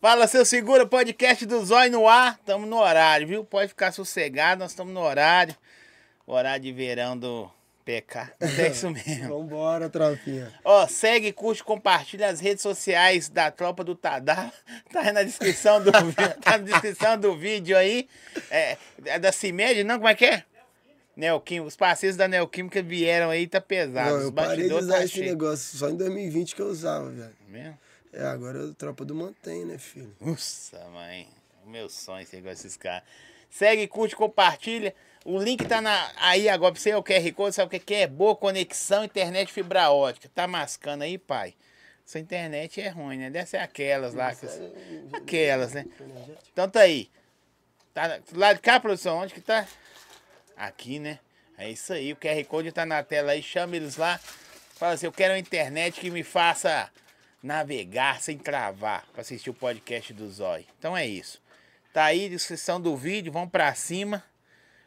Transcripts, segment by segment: Fala, seu segura, podcast do Zói no ar. Tamo no horário, viu? Pode ficar sossegado, nós estamos no horário. Horário de verão do PK. É isso mesmo. Vambora, tropinha. Ó, segue, curte, compartilha as redes sociais da Tropa do Tadá. Tá aí na descrição do, vi- tá na descrição do vídeo aí. É, é da CIMED, não? Como é que é? Neoquímica. Os parceiros da Neoquímica vieram aí, tá pesado. Não, Os eu parei de bastidores usar tá esse cheio. negócio só em 2020 que eu usava, velho. Mesmo? É, agora eu tropa do mantém, né, filho? Nossa, mãe. O meu sonho é ser igual esses caras. Segue, curte, compartilha. O link tá na, aí agora pra você, é o QR Code, sabe o que que é? Boa conexão, internet fibra ótica. Tá mascando aí, pai? Sua internet é ruim, né? Deve ser aquelas lá. que- Aquelas, né? Então tá aí. Tá lá de cá, produção, onde que tá? Aqui, né? É isso aí, o QR Code tá na tela aí, chama eles lá. Fala assim, eu quero uma internet que me faça navegar sem travar pra assistir o podcast do Zói. Então é isso. Tá aí, descrição do vídeo, vamos pra cima.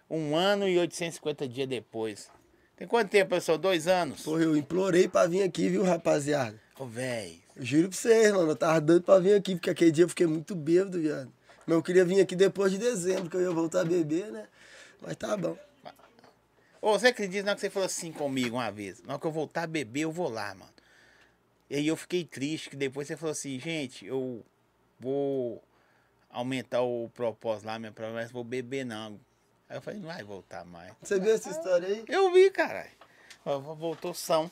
Um ano e 850 dias depois. Tem quanto tempo, pessoal? Dois anos? Ô, Porra, eu implorei pra vir aqui, viu, rapaziada? véi. Eu juro pra vocês, mano, eu tava doido pra vir aqui, porque aquele dia eu fiquei muito bêbado, viado. Mas eu queria vir aqui depois de dezembro, que eu ia voltar a beber, né? Mas tá bom. Ô, você acredita na hora que você falou assim comigo uma vez? Na hora que eu voltar a beber, eu vou lá, mano. E aí eu fiquei triste, que depois você falou assim, gente, eu vou aumentar o propósito lá, minha promessa, vou beber não. Aí eu falei, não vai voltar mais. Você viu essa história aí? Eu vi, caralho. Ó, Voltou são.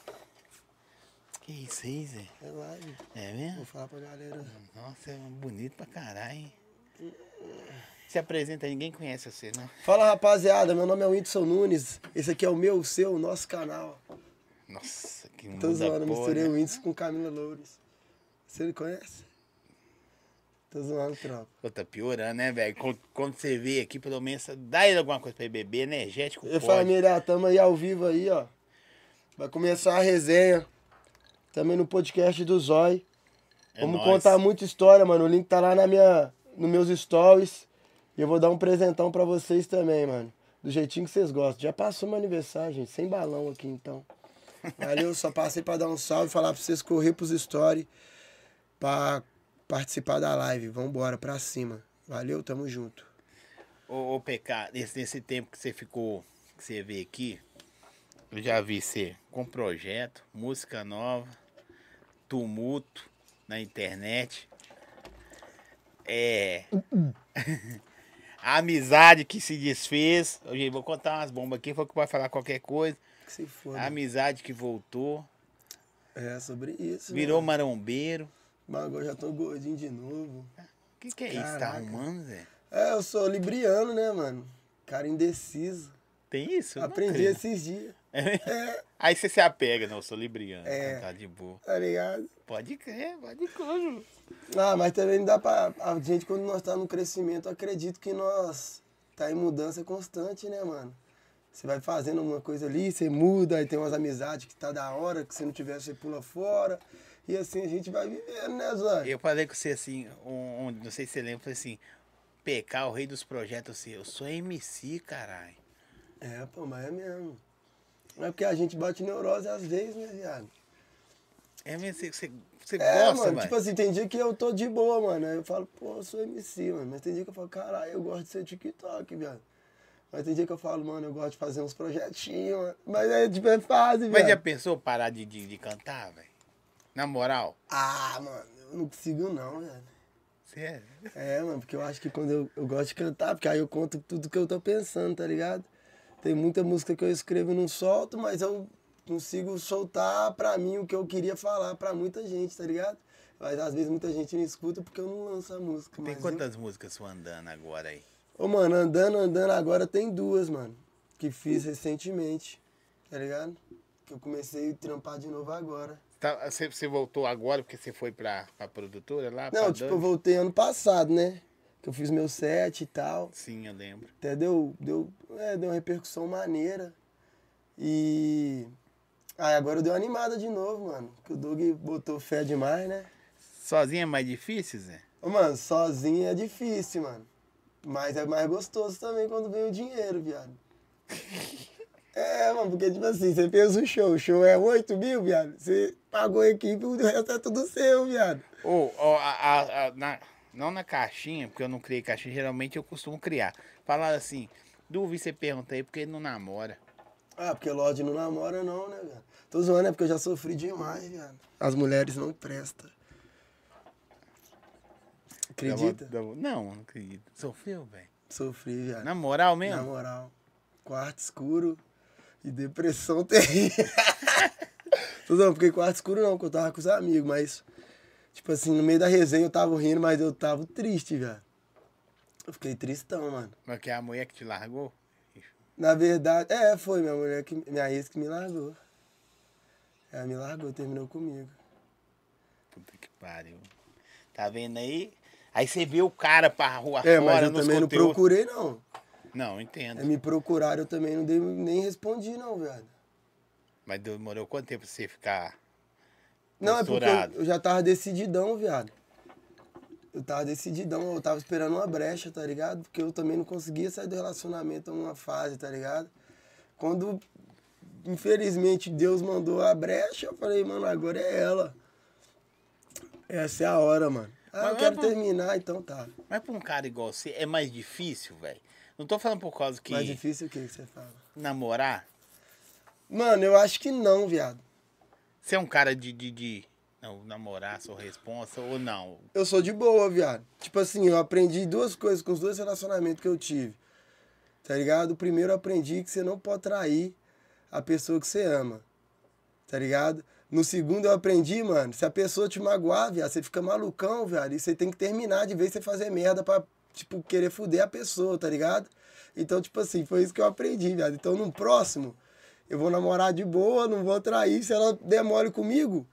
Que isso aí, Zé? É lá, viu? É mesmo? Vou falar pra galera. Nossa, é bonito pra caralho, hein? Se apresenta, ninguém conhece você, né? não? Fala, rapaziada, meu nome é Whindersson Nunes. Esse aqui é o meu, o seu, o nosso canal. Nossa, que Tô muda zoando, porra, misturei né? o Whindersson com Camila Loures. Você me conhece? Tô zoando, tropa. Pô, tá piorando, né, velho? Quando, quando você vê aqui, pelo menos dá ele alguma coisa pra ele beber, energético. E Pode. família, tamo aí ao vivo aí, ó. Vai começar a resenha. Também no podcast do Zói. É Vamos nóis. contar muita história, mano. O link tá lá na minha, nos meus stories. E eu vou dar um presentão pra vocês também, mano. Do jeitinho que vocês gostam. Já passou meu aniversário, gente. Sem balão aqui, então. Valeu, só passei pra dar um salve, falar pra vocês correr pros stories pra participar da live. Vambora, pra cima. Valeu, tamo junto. Ô, ô PK, nesse, nesse tempo que você ficou, que você veio aqui, eu já vi você com projeto, música nova, tumulto na internet. É. A amizade que se desfez. Ô, gente, vou contar umas bombas aqui, foi que vai falar qualquer coisa. Que se foda. A amizade que voltou, É sobre isso. virou mano. marombeiro. Mas agora eu já tô gordinho de novo. O que, que é isso? Tá Caraca. arrumando, Zé? É, eu sou libriano, né, mano? Cara indeciso. Tem isso? Eu não Aprendi acredito. esses dias. Aí você se apega, não, eu sou libriano. É. Tá de boa. Tá ligado? Pode crer, pode crer. Ah, mas também não dá pra. A gente, quando nós tá no crescimento, eu acredito que nós tá em mudança constante, né, mano? Você vai fazendo uma coisa ali, você muda, aí tem umas amizades que tá da hora, que se não tiver, você pula fora. E assim a gente vai vivendo, né, Zóio? Eu falei com você assim, um, um- não sei se você lembra, eu falei assim, PK, o rei dos projetos, assim, eu sou MC, caralho. É, pô, mas é mesmo. Não é porque a gente bate neurose às vezes, né, viado? É MC, você, você É, gosta, mano, mano. tipo assim, tem dia que eu tô de boa, mano. Aí eu falo, pô, eu sou MC, mano. Mas tem dia que eu falo, caralho, eu gosto de ser TikTok, viado. Mas tem dia que eu falo, mano, eu gosto de fazer uns projetinhos, mano. Mas é tipo, é fase, Mas já viado. pensou parar de, de, de cantar, velho? Na moral? Ah, mano, eu não consigo não, velho. Sério? É, mano, porque eu acho que quando eu, eu gosto de cantar, porque aí eu conto tudo que eu tô pensando, tá ligado? Tem muita música que eu escrevo e não solto, mas eu consigo soltar pra mim o que eu queria falar pra muita gente, tá ligado? Mas às vezes muita gente não escuta porque eu não lanço a música. Tem mas eu- quantas músicas sua andando agora aí? Ô, mano, andando, andando agora tem duas, mano. Que fiz recentemente, tá ligado? Que eu comecei a trampar de novo agora. Tá- Você, você voltou agora porque você foi pra, pra produtora lá? pra Não, tipo, Dani? eu voltei ano passado, né? Que eu fiz meu set e tal. Sim, eu lembro. Até deu, deu, é, deu uma repercussão maneira. E. Aí agora eu dei uma animada de novo, mano. Que o Doug botou fé demais, né? Sozinho é mais difícil, Zé? Ô, mano, sozinho é difícil, mano. Mas é mais gostoso também quando vem o dinheiro, viado. É, mano, porque, tipo assim, você fez o show, o show é 8 mil, viado. Você pagou a equipe, o resto é tudo seu, viado. Ô, ó, a- a- a- na- Não na caixinha, porque eu não criei caixinha, geralmente eu costumo criar. Falaram assim, duvido você pergunta aí, porque ele não namora. Ah, porque Lorde não namora não, né, velho? Tô zoando, é porque eu já sofri demais, velho. As mulheres não prestam. Acredita? Ah, Da- da- Não, não acredito. Sofreu, velho. Sofri, velho. Na moral Na mesmo? moral. Quarto escuro e depressão terrível. Tô zoando, porque quarto escuro não, porque eu tava com os amigos, mas... Tipo assim, no meio da resenha eu tava rindo, mas eu tava triste, velho. Eu fiquei tristão, mano. Mas que é a mulher que te largou? Na verdade, é, foi minha mulher que minha ex que me largou. Ela me largou, terminou comigo. Puta que pariu. Tá vendo aí? Aí você vê o cara pra rua É, fora mas eu nos também não conteúdos. procurei, não. Não, entendo. É, me procuraram, eu também não dei, nem respondi, não, velho. Mas demorou quanto tempo pra você ficar Não, é Misturado. porque eu, eu já tava decididão, viado. Eu tava decididão, eu tava esperando uma brecha, tá ligado? Porque eu também não conseguia sair do relacionamento numa fase, tá ligado? Quando, infelizmente, Deus mandou a brecha, eu falei, mano, agora é ela. Essa é a hora, mano. Ah, Mas eu quero é pra- terminar, então tá. Mas pra um cara igual você é mais difícil, velho. Não tô falando por causa que Mais difícil o que que você fala? namorar. Mano, eu acho que não, viado. Você é um cara de, de, de não, namorar, sua responsa ou não. Eu sou de boa, viado. Tipo assim, eu aprendi duas coisas com os dois relacionamentos que eu tive. Tá ligado? O primeiro eu aprendi que você não pode trair a pessoa que você ama. Tá ligado? No segundo eu aprendi, mano, se a pessoa te magoar, viado, você fica malucão, viado. E você tem que terminar de vez você fazer merda pra, tipo, querer fuder a pessoa, tá ligado? Então, tipo assim, foi isso que eu aprendi, viado. Então, no próximo, eu vou namorar de boa, não vou trair. Se ela demore comigo,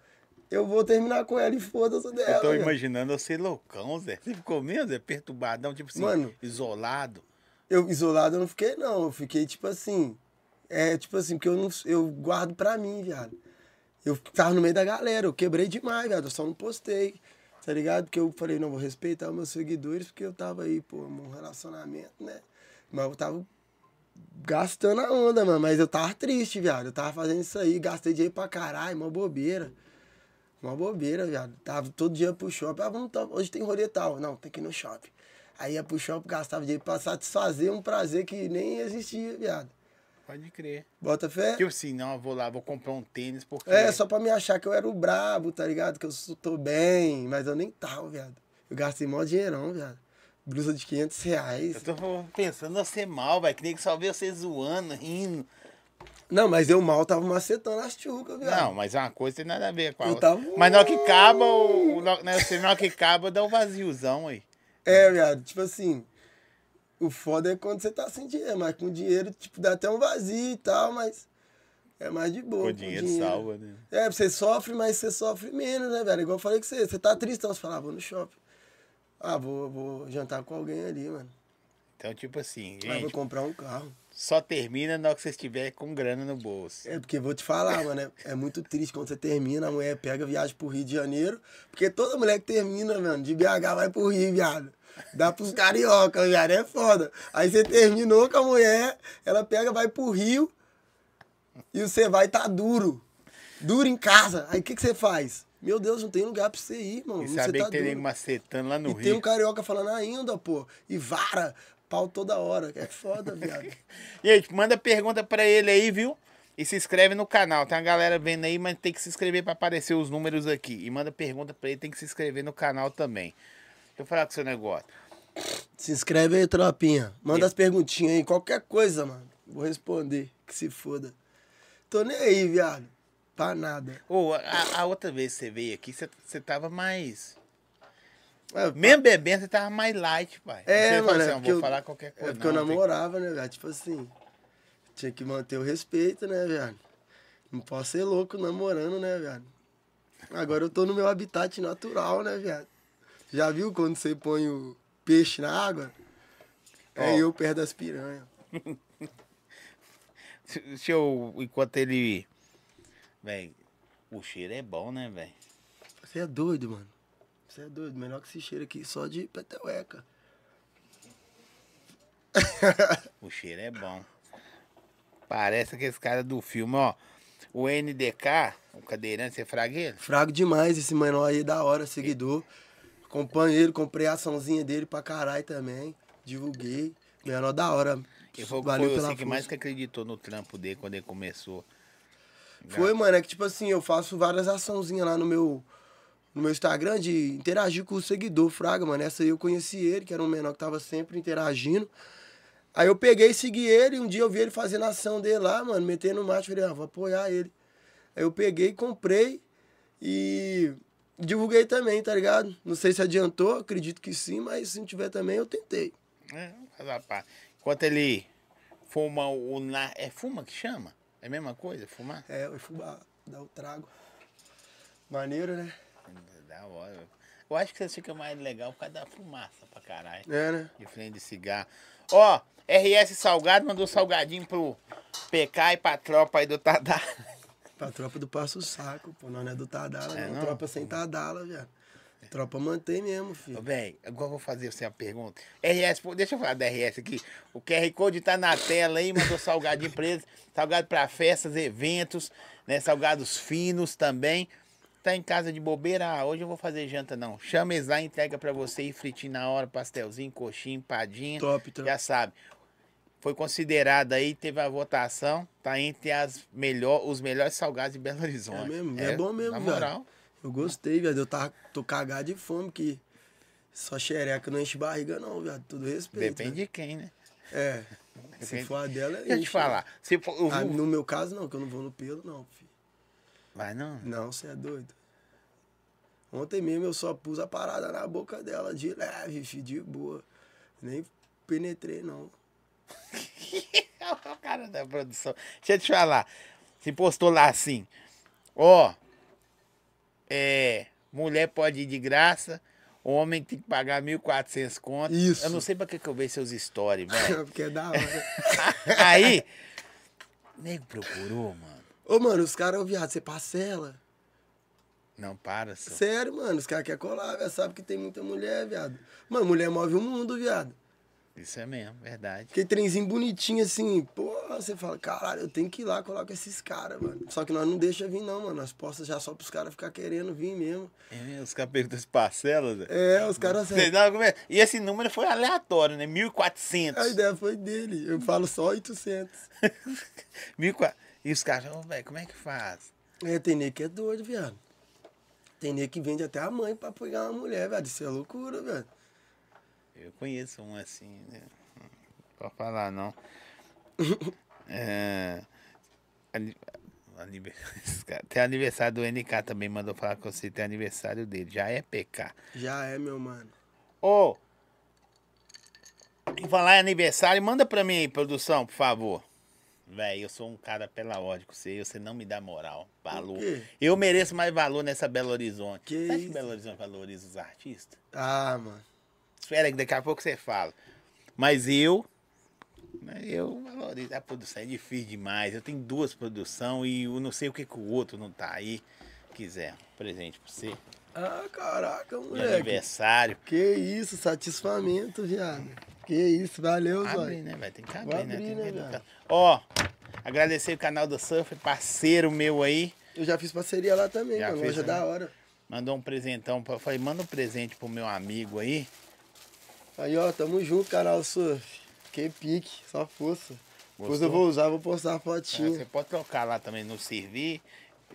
eu vou terminar com ela e foda-se dela. Eu tô viado. imaginando você loucão, Zé. Você ficou mesmo, Zé? Perturbadão, tipo assim, Mano. isolado. Eu isolado eu não fiquei, não. Eu fiquei tipo assim. É tipo assim, porque eu, não, eu guardo pra mim, viado. Eu tava no meio da galera, eu quebrei demais, viado. Eu só não postei, tá ligado? Porque eu falei, não, vou respeitar os meus seguidores, porque eu tava aí, pô, num relacionamento, né? Mas eu tava gastando a onda, mano. Mas eu tava triste, viado. Eu tava fazendo isso aí, gastei dinheiro pra caralho, mó bobeira. Uma bobeira, viado. Tava todo dia pro shopping. Ah, vamos tal. Hoje tem rolê tal. Não, tem que ir no shopping. Aí ia pro shopping, gastava dinheiro pra satisfazer um prazer que nem existia, viado. Pode crer. Bota fé? Tipo assim, não, eu vou lá, vou comprar um tênis porque. É, só pra me achar que eu era o brabo, tá ligado? Que eu sou- tô bem, mas eu nem tal, viado. Eu gastei mó dinheirão, viado. Blusa de 500 reais. Eu tô pensando em você mal, velho. Que nem que só vê você zoando, rindo. Não, mas eu mal tava macetando as tchucas, viado. Não, mas é uma coisa tem nada a ver com a Eu outra. tava- Mas na hora que acaba, o, o, na, né, na hora que acaba, dá um vaziozão aí. É, viado, tipo assim, o foda é quando você tá sem dinheiro, mas com dinheiro, tipo, dá até um vazio e tal, mas é mais de boa. Com dinheiro salva, né? É, você sofre, mas você sofre menos, né, velho? Igual eu falei que você, você tá tristão, você fala, ah, vou no shopping. Ah, vou, vou jantar com alguém ali, mano. Então, tipo assim, Ah, vou gente, comprar um carro. só termina na hora que você estiver com grana no bolso. É, porque vou te falar, mano, é, é muito triste quando você termina, a mulher pega, viaja pro Rio de Janeiro, porque toda mulher que termina, mano, de BH vai pro Rio, viado. Dá pros carioca, viado, é foda. Aí você terminou com a mulher, ela pega, vai pro Rio, e você vai tá duro. Duro em casa. Aí o que, que você faz? Meu Deus, não tem lugar pra você ir, mano. E você saber tá que tem duro. nego macetando lá no E tem Rio. um carioca falando ainda, pô, e vara, pau toda hora. É foda, viado. Gente, manda pergunta pra ele aí, viu? E se inscreve no canal. Tem uma galera vendo aí, mas tem que se inscrever pra aparecer os números aqui. E manda pergunta pra ele, tem que se inscrever no canal também. Deixa eu falar com o seu negócio. Se inscreve aí, tropinha. Manda as perguntinhas aí, qualquer coisa, mano. Vou responder, que se foda. Tô nem aí, viado. Pra nada. Ô, a, a outra vez que você veio aqui, você, você tava mais. É, Mesmo bebendo, você tava mais light, pai. É, você mano, falou é assim, não, porque vou eu- falar qualquer é coisa. porque eu não, tem- namorava, né, velho? Tipo assim, tinha que manter o respeito, né, velho? Não posso ser louco namorando, né, velho? Agora eu tô no meu habitat natural, né, velho? Já viu quando você põe o peixe na água? É Ó. eu perto das piranhas. Se- Deixa eu. Enquanto ele. Véi, o cheiro é bom, né, velho? Você é doido, mano. Você é doido. Melhor que esse cheiro aqui só de peteleca. O cheiro é bom. Parece aqueles caras do filme, ó. O NDK, o cadeirante, você fraga ele? Frago demais esse menor aí, da hora, seguidor. Acompanho ele, comprei a açãozinha dele pra caralho também. Divulguei. Menor da hora. Eu vou foi Valeu o pela assim que mais força. que acreditou no trampo dele quando ele começou. Foi, mano, é que tipo assim, eu faço várias açãozinhas lá no meu no meu Instagram de interagir com o seguidor, Fraga, mano. Essa aí eu conheci ele, que era um menor que tava sempre interagindo. Aí eu peguei e segui ele, e um dia eu vi ele fazendo a ação dele lá, mano, metendo macho, falei, ah, vou apoiar ele. Aí eu peguei, comprei e divulguei também, tá ligado? Não sei se adiantou, acredito que sim, mas se não tiver também, eu tentei. É, faz a parte. Enquanto ele fuma o na... É fuma que chama? É a mesma coisa? Fumar? É, eu fui ba- dar o trago. Maneiro, né? Da hora. Eu acho que você fica mais legal por causa da fumaça pra caralho. É, né? De frente de cigarro. Ó, RS Salgado mandou salgadinho pro PK e pra tropa aí do Tadá. Pra tropa do Passo Saco, pô. Nós não é do Tadala, É, não. não? Tropa sem Tadala, velho. Tropa mantém mesmo, Ô, filho. Véi, agora eu vou fazer você uma pergunta. RS, pô, deixa eu falar da RS aqui. O QR Code tá na tela aí, mandou salgadinho pra eles. Salgado pra festas, eventos, né? Salgados finos também. Tá em casa de bobeira? Ah, hoje eu vou fazer janta não. Chama eles lá, entrega pra você e fritinho na hora, pastelzinho, coxinha, empadinha. Top, top. Já sabe. Foi considerada aí, teve a votação, tá entre as melhor, os melhores salgados de Belo Horizonte. É mesmo? É bom mesmo, Na velho. moral. Eu gostei, velho. Eu tava, tô cagado de fome, que só xereca não enche barriga, não, velho. Tudo respeito. Depende velho. de quem, né? É. depende- Se for a dela, Deixa eu te enche, falar. Se for, eu velho. É né? Ah, vou- no meu caso, não, que eu não vou no pelo, não, filho. Vai não? Não, você é doido. Ontem mesmo eu só pus a parada na boca dela, de leve, filho, de boa. Nem penetrei, não. o cara da produção. Deixa eu te falar. Se postou lá assim. Ó. É. Mulher pode ir de graça. Homem tem que pagar 1.400 conto. Isso. Eu não sei pra que, que eu vejo seus stories, velho. Porque é da hora. Aí. Nego procurou, mano. Ô, mano, os caras, ô, viado, você parcela? Não para, só. Sério, mano, os caras querem colar, viado, sabe que tem muita mulher, viado. Mano, mulher move o mundo, viado. Isso é mesmo, verdade. Aquele trenzinho bonitinho assim, pô, você fala, caralho, eu tenho que ir lá colar com esses caras, mano. Só que nós não deixa vir, não, mano. Nós postas já só pros caras ficar querendo vir mesmo. É, os caras perguntam as parcelas. né? velho. É, os caras. Vocês não come- é. E esse número foi aleatório, né? 1.400. A ideia foi dele. Eu falo só 800. 1.400. E os caras, ô, velho, como é que faz? É, tem nego que é doido, viado. Tem nego que vende até a mãe pra pegar uma mulher, viado. Isso é loucura, viado. Eu conheço um assim, né? Pra falar, não. É, ani- anive- esse cara- Tem aniversário do NK também, mandou falar que você tem aniversário dele. Já é PK. Já é, meu mano. Ô! E falar em aniversário, manda pra mim aí, produção, por favor. Véi, eu sou um cara pela ordem com você, você não me dá moral, valor. quê? Eu mereço mais valor nessa Belo Horizonte. Que Você acha que isso? Belo Horizonte valoriza os artistas? Ah, mano. Espera que daqui a pouco você fala. Mas eu. mas Eu valorizo. A produção é difícil demais. Eu tenho duas produções e eu não sei o que, que o outro não tá aí. Quiser, um presente pra você. Ah, caraca, De moleque. aniversário. Que isso, satisfamento, viado. Que isso, valeu, Abre, Zóio. né, velho? Tem que Vou abrir, né? abrir, Tem que né, abrir. velho? Ó, agradecer o canal do Surf, parceiro meu aí. Eu já fiz parceria lá também, Já mano. fez né? Loja também? da hora. Mandou um presentão. Pra... eu Falei, manda um presente pro meu amigo aí. Aí, ó, tamo junto, canal surf. Que pique, só força. Depois Gostou? eu vou usar, vou postar a Ah, fotinha. Você pode trocar lá também, não servir.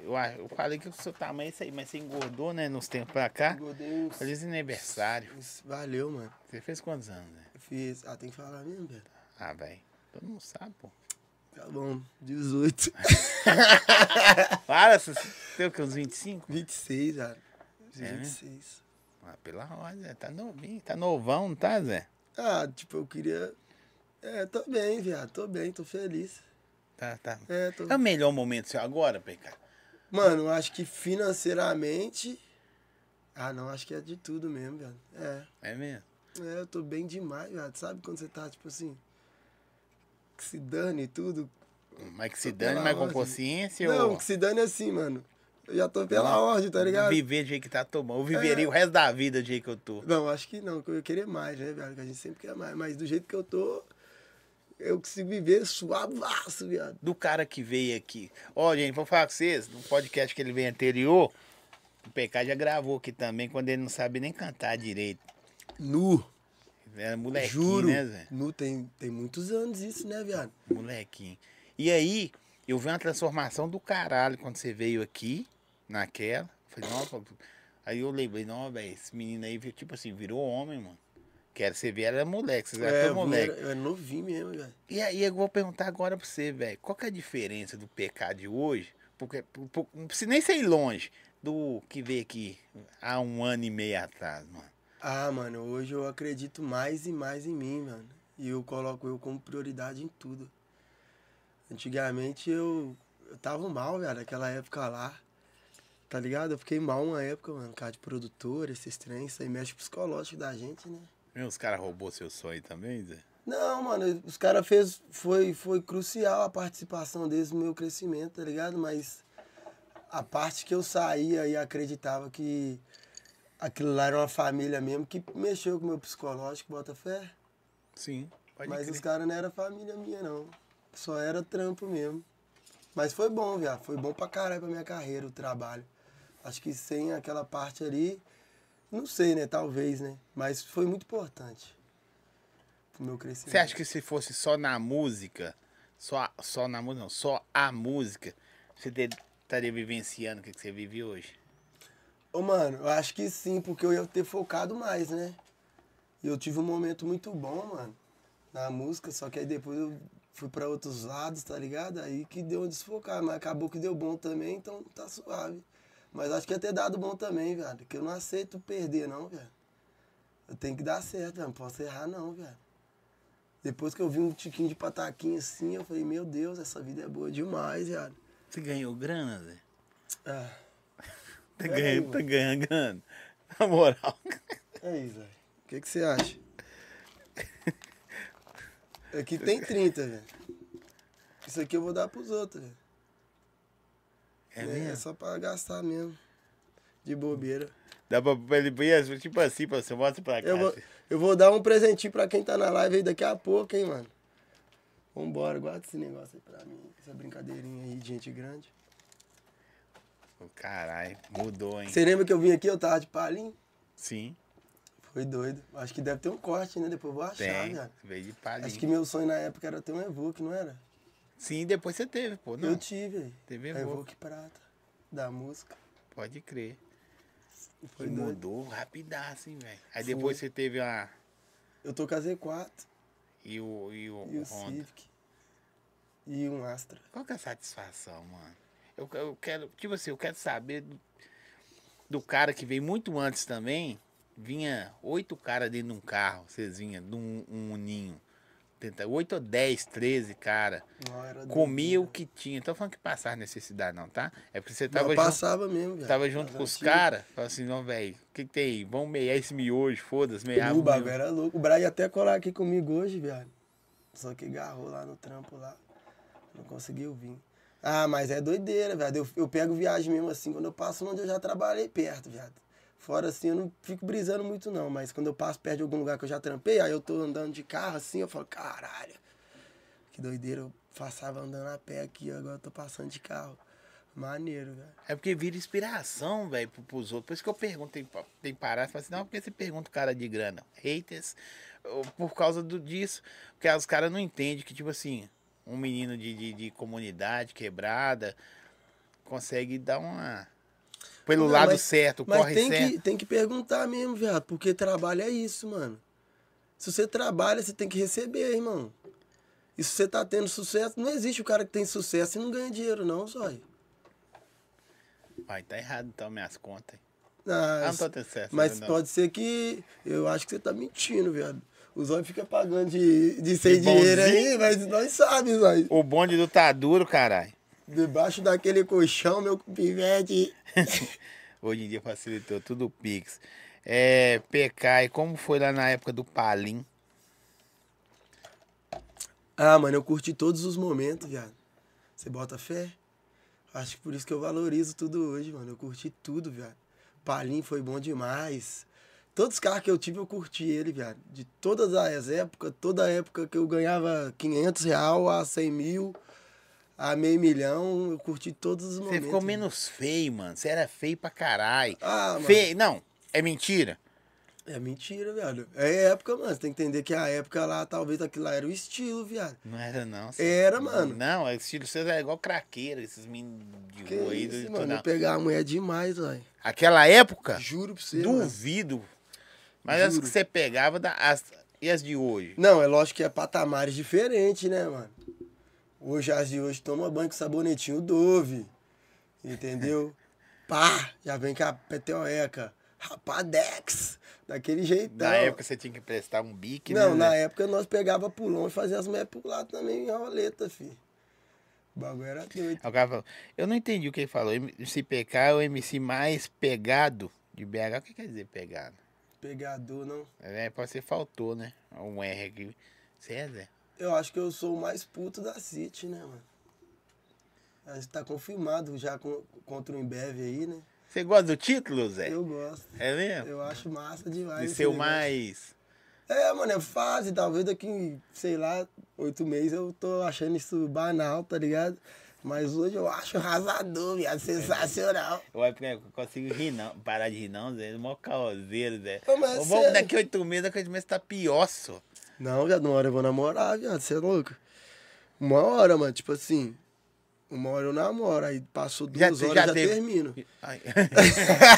Eu, a- eu falei que o seu tamanho é isso aí, mas você engordou, né, nos tempos pra cá. Engordei uns- Feliz aniversário. uns- Valeu, mano. Você fez quantos anos, né? Eu fiz. Ah, tem que falar mesmo, velho. Ah, velho. Todo mundo sabe, pô. Tá bom, 18. Para, você tem o que, uns 25? 26, cara. Fiz É, né? 26. Ah, pela hora, Zé. Tá novinho, tá novão, não tá, Zé? Ah, tipo, eu queria. É, tô bem, viado. Tô bem, tô feliz. Tá, tá. É, tô. É o melhor momento seu agora, PK? Mano, eu acho que financeiramente. Ah, não, acho que é de tudo mesmo, velho. É. É mesmo? É, eu tô bem demais, velho. Sabe quando você tá, tipo assim. Que se dane e tudo? Mas que se Tô dane, pela mas com ordem. consciência Não, ou que se dane assim, mano. Eu já tô pela ordem, tá ligado? É. viver do jeito que tá tomando. Eu viveria o resto da vida do jeito que eu tô. Não, acho que não, que eu ia querer mais, né, viado? Que a gente sempre quer mais. Mas do jeito que eu tô, eu consigo viver suavaço, viado. Do cara que veio aqui. Ó, gente, vou falar com vocês, no podcast que ele veio anterior, PK já gravou aqui também, quando ele não sabe nem cantar direito. Nu, Era molequinho, juro. né, Zé? nu tem, tem muitos anos isso, né, viado? Molequinho. E aí, eu vi uma transformação do caralho quando você veio aqui, naquela. Falei, nossa. Aí eu lembrei, não, velho, esse menino aí, tipo assim, virou homem, mano. Quero você ver, era moleque, vocês eram É, tão eu moleque. era, eu era novinho mesmo, velho. E aí eu vou perguntar agora pra você, velho, qual que é a diferença do PK de hoje? Porque por- por- não precisa nem ser longe do que veio aqui há um ano e meio atrás, mano. Ah, mano, hoje eu acredito mais e mais em mim, mano. E eu coloco eu como prioridade em tudo. Antigamente eu, eu tava mal, velho, naquela época lá. Tá ligado? Eu fiquei mal uma época, mano. Cara de produtor, esses trens, isso aí mexe com o psicológico da gente, né? Meu, Os caras roubou seu sonho também, Zé? Não, mano, os caras fez foi foi crucial a participação deles no meu crescimento, tá ligado? Mas a parte que eu saía e acreditava que aquilo lá era uma família mesmo que mexeu com o meu psicológico, bota fé. Sim. Pode Mas crer. os caras não era família minha não. Só era trampo mesmo. Mas foi bom, viado. Foi bom pra caralho pra minha carreira o trabalho. Acho que sem aquela parte ali, não sei, né, talvez, né? Mas foi muito importante pro meu crescimento. Você acha que se fosse só na música, só, só na música, não, só a música, você te- estaria vivenciando o que que você vive hoje? Ô, mano, eu acho que sim, porque eu ia ter focado mais, né? E eu tive um momento muito bom, mano, na música, só que aí depois eu fui pra outros lados, tá ligado? Aí que deu um desfocar, mas acabou que deu bom também, então tá suave. Mas acho que ia ter dado bom também, velho, que eu não aceito perder, não, velho. Eu tenho que dar certo, velho, não posso errar, não, velho. Depois que eu vi um tiquinho de pataquinha assim, eu falei, meu Deus, essa vida é boa demais, velho. Você ganhou grana, Zé? Ah, Tá Ganhei, ganhando, tá mano. ganhando grana. Na moral. É isso, velho. O que, que você acha? Aqui tem 30, velho. Isso aqui eu vou dar pros outros, velho. É mesmo? só pra gastar mesmo. De bobeira. Dá pra pra ele ver, tipo assim, pra você mostra pra cá. Eu vou, assim. eu vou dar um presentinho pra quem tá na live aí daqui a pouco, hein, mano. Vambora, guarda esse negócio aí pra mim. Essa brincadeirinha aí de gente grande. Caralho, mudou, hein? Você lembra que eu vim aqui, eu tava de palinho? Sim, Foi doido. Acho que deve ter um corte, né? Depois eu vou achar, tem. velho. Veio de palha. Acho que meu sonho na época era ter um Evoque, não era? Sim, depois você teve, pô. Não, Eu tive, velho. Teve A Evoque. Evoque Prata, da música. pode crer. Foi E doido. mudou rapidaço, hein, velho. Aí depois você teve a. Eu tô com a Z4 E o, e o, e o Honda. Civic. E um Astra. Qual que é a satisfação, mano? Eu, eu quero. Tipo assim, eu quero saber do, do cara que veio muito antes também. Vinha oito caras dentro de um carro, vocês vinham, de um, um uninho. Tenta- Oito ou dez, treze, cara. Não, era Comia o doideira. que tinha. Então falando que passar necessidade, não, tá? É porque você Não, tava junto. passava mesmo, velho. Tava junto Mas com os antigo. caras, falava assim, não, velho, o que, que tem aí? Vamos meiar esse miojo, foda-se, meiar. O vamos bagulho meiar. era louco. O Brian ia até colar aqui comigo hoje, velho. Só que agarrou lá no trampo lá. Não conseguiu vir. Ah, mas é doideira, velho. Eu, eu pego viagem mesmo assim, quando eu passo onde eu já trabalhei perto, viado. Fora assim, eu não fico brisando muito não, mas quando eu passo perto de algum lugar que eu já trampei, aí eu tô andando de carro assim, eu falo, caralho, que doideira, eu passava andando a pé aqui, agora eu tô passando de carro. Maneiro, velho. É porque vira inspiração, velho, pro- pros outros. Por isso que eu pergunto, tem, pa- tem parada, você fala assim, não, por que você pergunta o cara de grana? Haters, ô, por causa do, disso. Porque os caras não entendem que, tipo assim, um menino de, de, de comunidade quebrada consegue dar uma. Pelo Não, lado mas- certo, Mas corre tem certo. que, tem que perguntar mesmo, viado, porque trabalho é isso, mano. Se você trabalha, você tem que receber, irmão. E se você tá tendo sucesso, não existe o cara que tem sucesso e não ganha dinheiro, não, zóio. Vai, tá errado então minhas contas. Ah, Ah, não tô tendo certo. mas não. pode ser que. Eu acho que você tá mentindo, viado. O zóio fica pagando de, de sem De dinheiro aí, bonzinho. mas nós sabemos, zóio. O bonde do tá duro, caralho. Debaixo daquele colchão, meu pivete. Hoje em dia facilitou tudo o Pix. É, PK, e como foi lá na época do Palim? Ah, mano, eu curti todos os momentos, viado. Você bota fé? Acho que por isso que eu valorizo tudo hoje, mano. Eu curti tudo, viado. Palim foi bom demais. Todos os carros que eu tive, eu curti ele, viado. De todas as épocas, toda época que eu ganhava 500 real a 100 mil, a meio milhão, eu curti todos os momentos. Você ficou mano. menos feio, mano. Você era feio pra caralho. Ah, mano. feio. Não, é mentira. É mentira, viado. É época, mano. Você tem que entender que a época lá, talvez aquilo lá era o estilo, viado. Não era, não. Era, mano. Não, é estilo seu era igual craqueiro, esses meninos de Que rua aí. do- isso, do- mano. não. Eu pegar a mulher demais, velho. Aquela época, Juro pra você, mano. duvido. Mas as Juro. que você pegava da- as- e as de hoje? Não, é lógico que é patamares diferentes, né, mano? Hoje, as de hoje, toma banho com sabonetinho Dove. Entendeu? Pá! Já vem com a peteoeca. Rapadex! Daquele jeitão. Na época você tinha que prestar um bique, né? Não, na é- época nós pegava pulão e fazia as mulheres pular também em roleta, filho. O bagulho era doido. Aí O cara falou, eu não entendi o que ele falou. MC PK é o MC mais pegado de BH. O que quer dizer pegado? Pegador, não. É, pode ser faltou, né? Um R aqui. é, César? Eu acho que eu sou o mais puto da City, né, mano? A gente tá confirmado já com- contra o Embev aí, né? Você gosta do título, Zé? Eu gosto. É mesmo? Eu acho massa demais. De esse ser o negócio. mais. É, mano, é fase. Talvez daqui, sei lá, oito meses eu tô achando isso banal, tá ligado? Mas hoje eu acho arrasador, viado. Sensacional. Ué, porque eu não consigo rir não, parar de rir não, Zé. É Mó caoseiro, Zé. Ô, mas é Ô, vamos sério. daqui oito meses, daqui oito meses tá pior, só. Não, viado, uma hora eu vou namorar, viado. Você é louco? Uma hora, mano, tipo assim. Uma hora eu namoro, aí passou Já- duas já horas eu já teve- termino. Ai.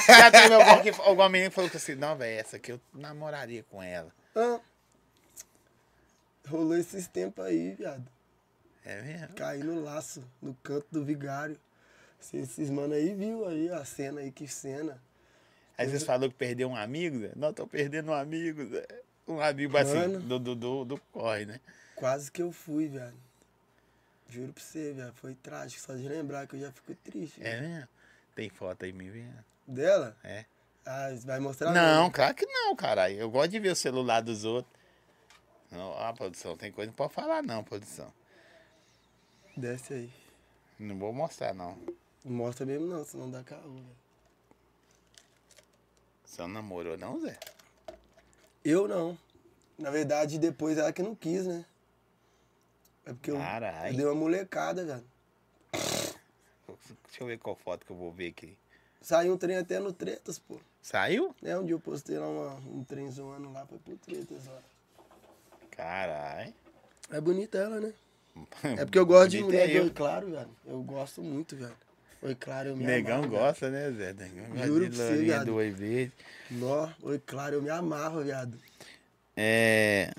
Já teve algum que, alguma menina que falou assim, não, velho, essa aqui eu namoraria com ela. Ah, rolou esses tempos aí, viado. É mesmo? Caí no laço, no canto do vigário. Assim, Esses mano aí viu aí a cena aí, que cena. Aí vocês falaram que perdeu um amigo, Zé? Não, tô perdendo um amigo, Zé. Um amigo assim, Mano. do, do, do, do corre, né? Quase que eu fui, viado. Juro pra você, viado. Foi trágico. Só de lembrar que eu já fico triste. É mesmo? Tem foto aí me vendo? Dela? É. Ah, vai mostrar Não, mesmo. claro que não, caralho. Eu gosto de ver o celular dos outros. Não, ah, produção, tem coisa que não pode falar não, produção. Desce aí. Não vou mostrar não. Não mostra mesmo não, senão dá caô, velho. Você não namorou não, Zé? Eu não. Na verdade, depois ela que não quis, né? É porque eu, Carai. eu dei uma molecada, velho. Deixa eu ver qual foto que eu vou ver aqui. Saiu um trem até no Tretas, pô. Saiu? É onde eu postei lá uma- um trem zoando lá, foi pro Tretas lá. Caralho. É bonita ela, né? É porque eu gosto de mulher de olho claro, velho. Eu gosto muito, velho. Oi claro, eu me Negão amarro. gosta, né, Zé? Negão gosta Juro de pra você, lourinha viado. do oi verde. velho. Nó, oi claro, eu me amarro, viado. É.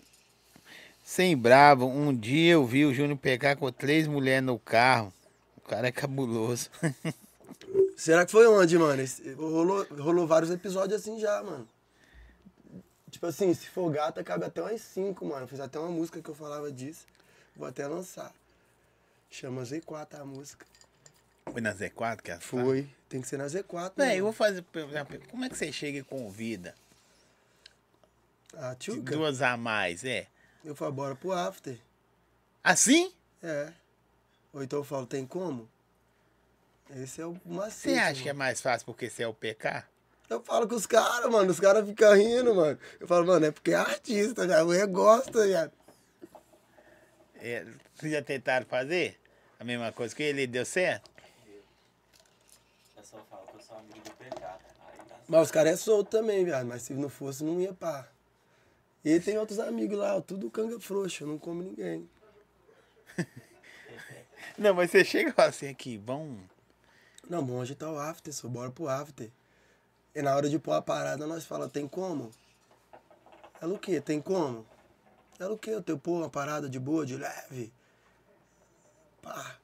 Sem bravo, um dia eu vi o Júnior pegar com três mulheres no carro. O cara é cabuloso. Será que foi onde, mano? Esse- rolou, rolou vários episódios assim já, mano. Tipo assim, se for gata, cabe até umas cinco, mano. Fiz até uma música que eu falava disso. Vou até lançar. Chama Z4 a música. Foi na Z4 que ela Foi. Tem que ser na Tá? Z4, Véi, né? eu mano? vou fazer. por exemplo, Como é que você chega e convida? A Tchuca. Duas a mais, é? Ah, Eu falo, bora pro after. Assim? É. Ou então eu falo, tem como? Esse é o macete. Você acha que é mano. mais fácil porque você é o PK? Eu falo com os caras, mano. Os caras ficam rindo, mano. Eu falo, mano, é porque é artista, já. A mulher gosta, já. É, vocês já tentaram fazer? A mesma coisa que ele deu certo? Eu só falo que eu sou amigo do PK. Aí dá Mas os caras é solto também, viado. Mas se não fosse, não ia pá. E ele tem outros amigos lá, ó, tudo canga frouxo, não come ninguém. Não, mas você chega e fala assim aqui, vamos. Não, bom, hoje tá o after, só bora pro after. E na hora de pôr a parada, nós falamos, tem como? Ela o quê? Tem como? Ela o quê? Eu tenho pôr uma parada de boa, de leve? Pá.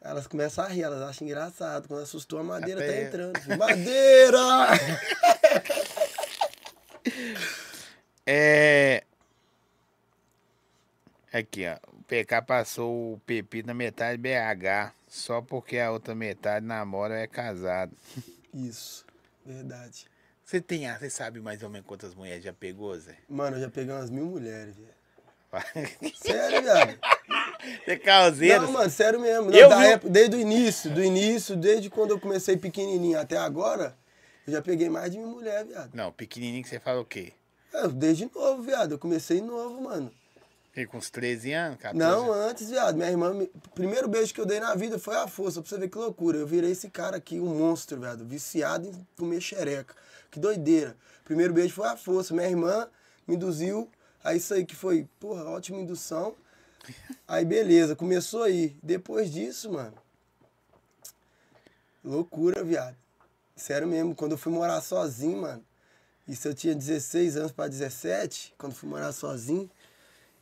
Elas começam a rir, elas acham engraçado. Quando assustou, a madeira Até tá eu. entrando. filho. Madeira! É. Aqui, ó. O PK passou o Pepi na metade BH. Só porque a outra metade namora ou é casado. Isso, verdade. Você tem. ah, Você sabe mais ou menos quantas mulheres já pegou, Zé? Mano, eu já peguei umas mil mulheres, velho. Você Sério, viado. é calzeiro? Não, mano, sério mesmo. Não, Eu da vi- um época- desde o início, do início, desde quando eu comecei pequenininho até agora, eu já peguei mais de mil mulher, viado. Não, pequenininho que você fala o quê? É, Desde novo, viado. Eu comecei novo, mano. Fiquei com uns 13 anos, 14. Não, antes, viado. Minha irmã. me- Primeiro beijo que eu dei na vida foi a força, pra você ver que loucura. Eu virei esse cara aqui, um monstro, viado. Viciado em comer xereca. Que doideira. Primeiro beijo foi a força. Minha irmã me induziu a isso aí, que foi, porra, ótima indução. Aí, beleza, começou aí. Depois disso, mano. Loucura, viado. Sério mesmo, quando eu fui morar sozinho, mano. Isso eu tinha 16 anos pra 17, quando fui morar sozinho.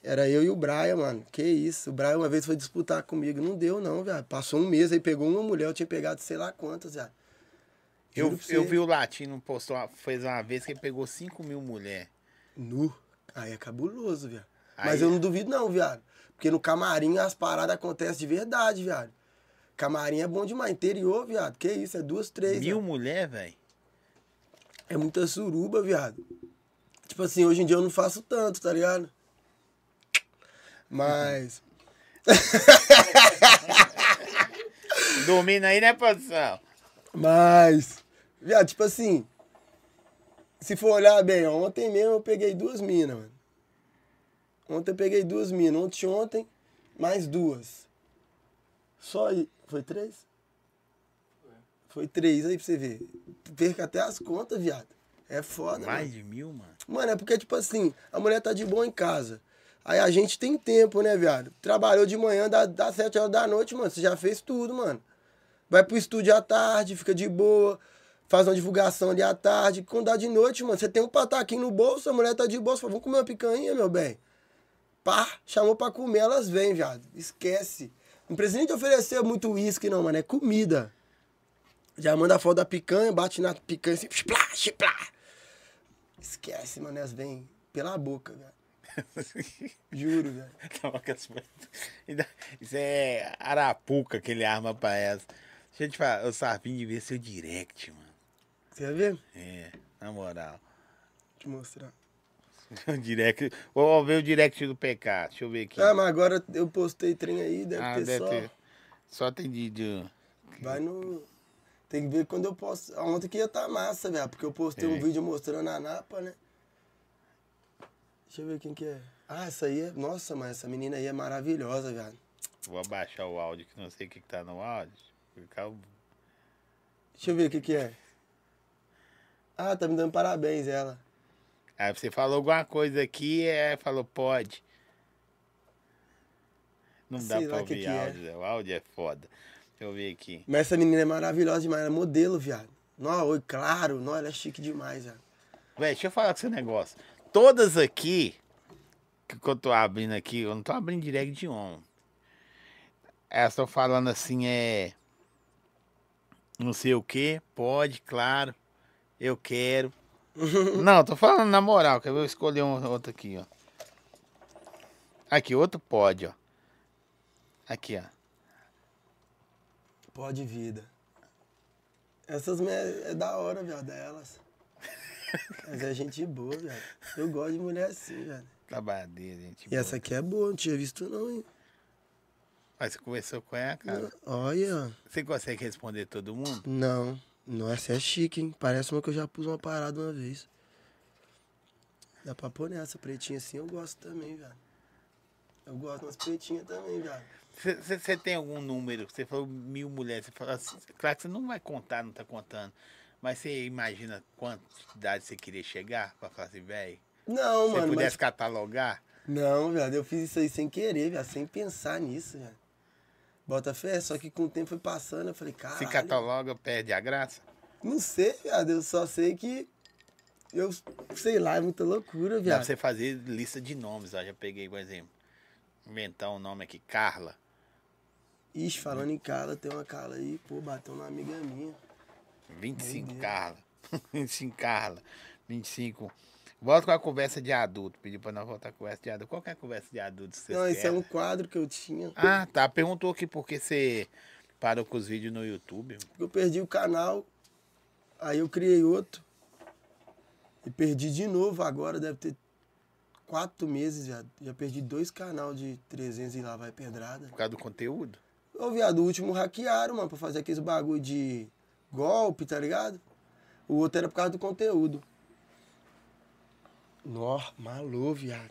Era eu e o Brian, mano. Que isso. O Brian uma vez foi disputar comigo. Não deu, não, velho. Passou um mês aí, pegou uma mulher. Eu tinha pegado sei lá quantas, velho. Juro Eu, pra eu você. vi o Latino postou, uma- fez uma vez que ele pegou 5 mil mulheres. Nu. Aí é cabuloso, viado. Aí- é. Mas eu não duvido, não, viado. Porque no camarim as paradas acontecem de verdade, viado. Camarim é bom demais. Interior, viado. Que isso, é duas, três. Mil viado. mulheres, velho? É muita suruba, viado. Tipo assim, hoje em dia eu não faço tanto, tá ligado? Mas. Dormindo aí, né, produção? Mas, viado, tipo assim, se for olhar bem, ó, ontem mesmo eu peguei duas minas, mano. Ontem eu peguei duas minas, ontem ontem, mais duas. Só aí, foi três? Foi três aí pra você ver. Perca até as contas, viado. É foda, Mais mano. de mil, mano. Mano, é porque, tipo assim, a mulher tá de boa em casa. Aí a gente tem tempo, né, viado? Trabalhou de manhã, dá, dá 7 horas da noite, mano. Você já fez tudo, mano. Vai pro estúdio à tarde, fica de boa, faz uma divulgação ali à tarde. Quando dá de noite, mano, você tem um pataquinho no bolso, a mulher tá de bolso, fala, vamos comer uma picanha, meu bem. Pá, chamou pra comer, elas vêm, viado. Esquece. Não precisa nem te oferecer muito uísque, não, mano. É comida. Já manda a foto da picanha, bate na picanha assim, chiplá, chiplá. Esquece, mano, elas vêm pela boca, velho. Juro, velho. Tava com as- Ainda- Isso é arapuca que ele arma pra essa. Deixa eu te falar, o Sarpinho devia ser o direct, mano. Você quer ver? Deixa É, na moral. eu te mostrar. O direct. Vou ver o direct do PK. Deixa eu ver aqui. Ah, mas agora eu postei trem aí, deve Ah, ter deve só. ter. Só tem de. de- Vai no. Tem que ver quando eu posto. Ontem que ia tá massa, velho. Porque eu postei É. um vídeo mostrando a Napa, né? Deixa eu ver quem que é. Ah, essa aí é. Nossa, mano, essa menina aí é maravilhosa, velho. Vou abaixar o áudio, que não sei o que, que tá no áudio. Ficar o- Deixa eu ver o que que é. Ah, tá me dando parabéns ela. Aí você falou alguma coisa aqui, é, falou, pode. Não dá Sei lá pra o que ouvir que é. áudio, o áudio é foda. Deixa eu ver aqui. Mas essa menina é maravilhosa demais, ela é modelo, viado. Nó, oi, claro, nó, ela é chique demais, velho. Véi, deixa eu falar com esse negócio. Todas aqui, que que eu tô abrindo aqui, eu não tô abrindo direct de homem. Elas estão falando assim, é. Não sei o que, pode, claro. Eu quero. não, tô falando na moral, que eu vou escolher um, outro aqui, ó. Aqui, outro pode, ó. Aqui, ó. Pode vida. Essas mulheres é da hora, viado, é elas. Mas é gente boa, viado. Eu gosto de mulher assim, viado. Trabalhadeira, gente. E essa aqui é boa, não tinha visto não, hein? Mas você conversou com ela, cara? Olha. Você consegue responder todo mundo? Não. Não, essa é chique, hein? Parece uma que eu já pus uma parada uma vez. Dá pra pôr nessa pretinha assim, eu gosto também, viado. Eu gosto das pretinhas também, viado. Você tem algum número? Você falou mil mulheres. Você fala assim, claro que você não vai contar, não tá contando. Mas você imagina quantidade você queria chegar pra falar assim, velho? Não, Se você mano, pudesse Um mas... catalogar? Não, viado, eu fiz isso aí sem querer, viado, sem pensar nisso, viado. Bota fé, só que com o tempo foi passando, eu falei, cara. Se cataloga, perde a graça? Não sei, viado, eu só sei que. Eu sei lá, é muita loucura, Dá viado. pra você fazer lista de nomes. Ó. Já peguei, por exemplo, inventar um nome aqui, Carla. Ixi, falando em Carla, tem uma Carla aí, pô, bateu uma amiga minha. 25 Doideira. Carla. 25 Carla. 25. Volta com a conversa de adulto. Pediu pra nós voltar com a conversa de adulto. Qual que é a conversa de adulto? que vocês Não, isso é querem? um quadro que eu tinha. Ah, tá. Perguntou aqui por que você parou com os vídeos no YouTube. Eu perdi o canal, aí eu criei outro. E perdi de novo agora, deve ter quatro meses, viado. Já perdi dois canal de 300 e lá vai pedrada. Por causa do conteúdo? Ô, viado, o último hackearam, mano, pra fazer aqueles bagulho de golpe, tá ligado? O outro era por causa do conteúdo. Nó, malô, viado.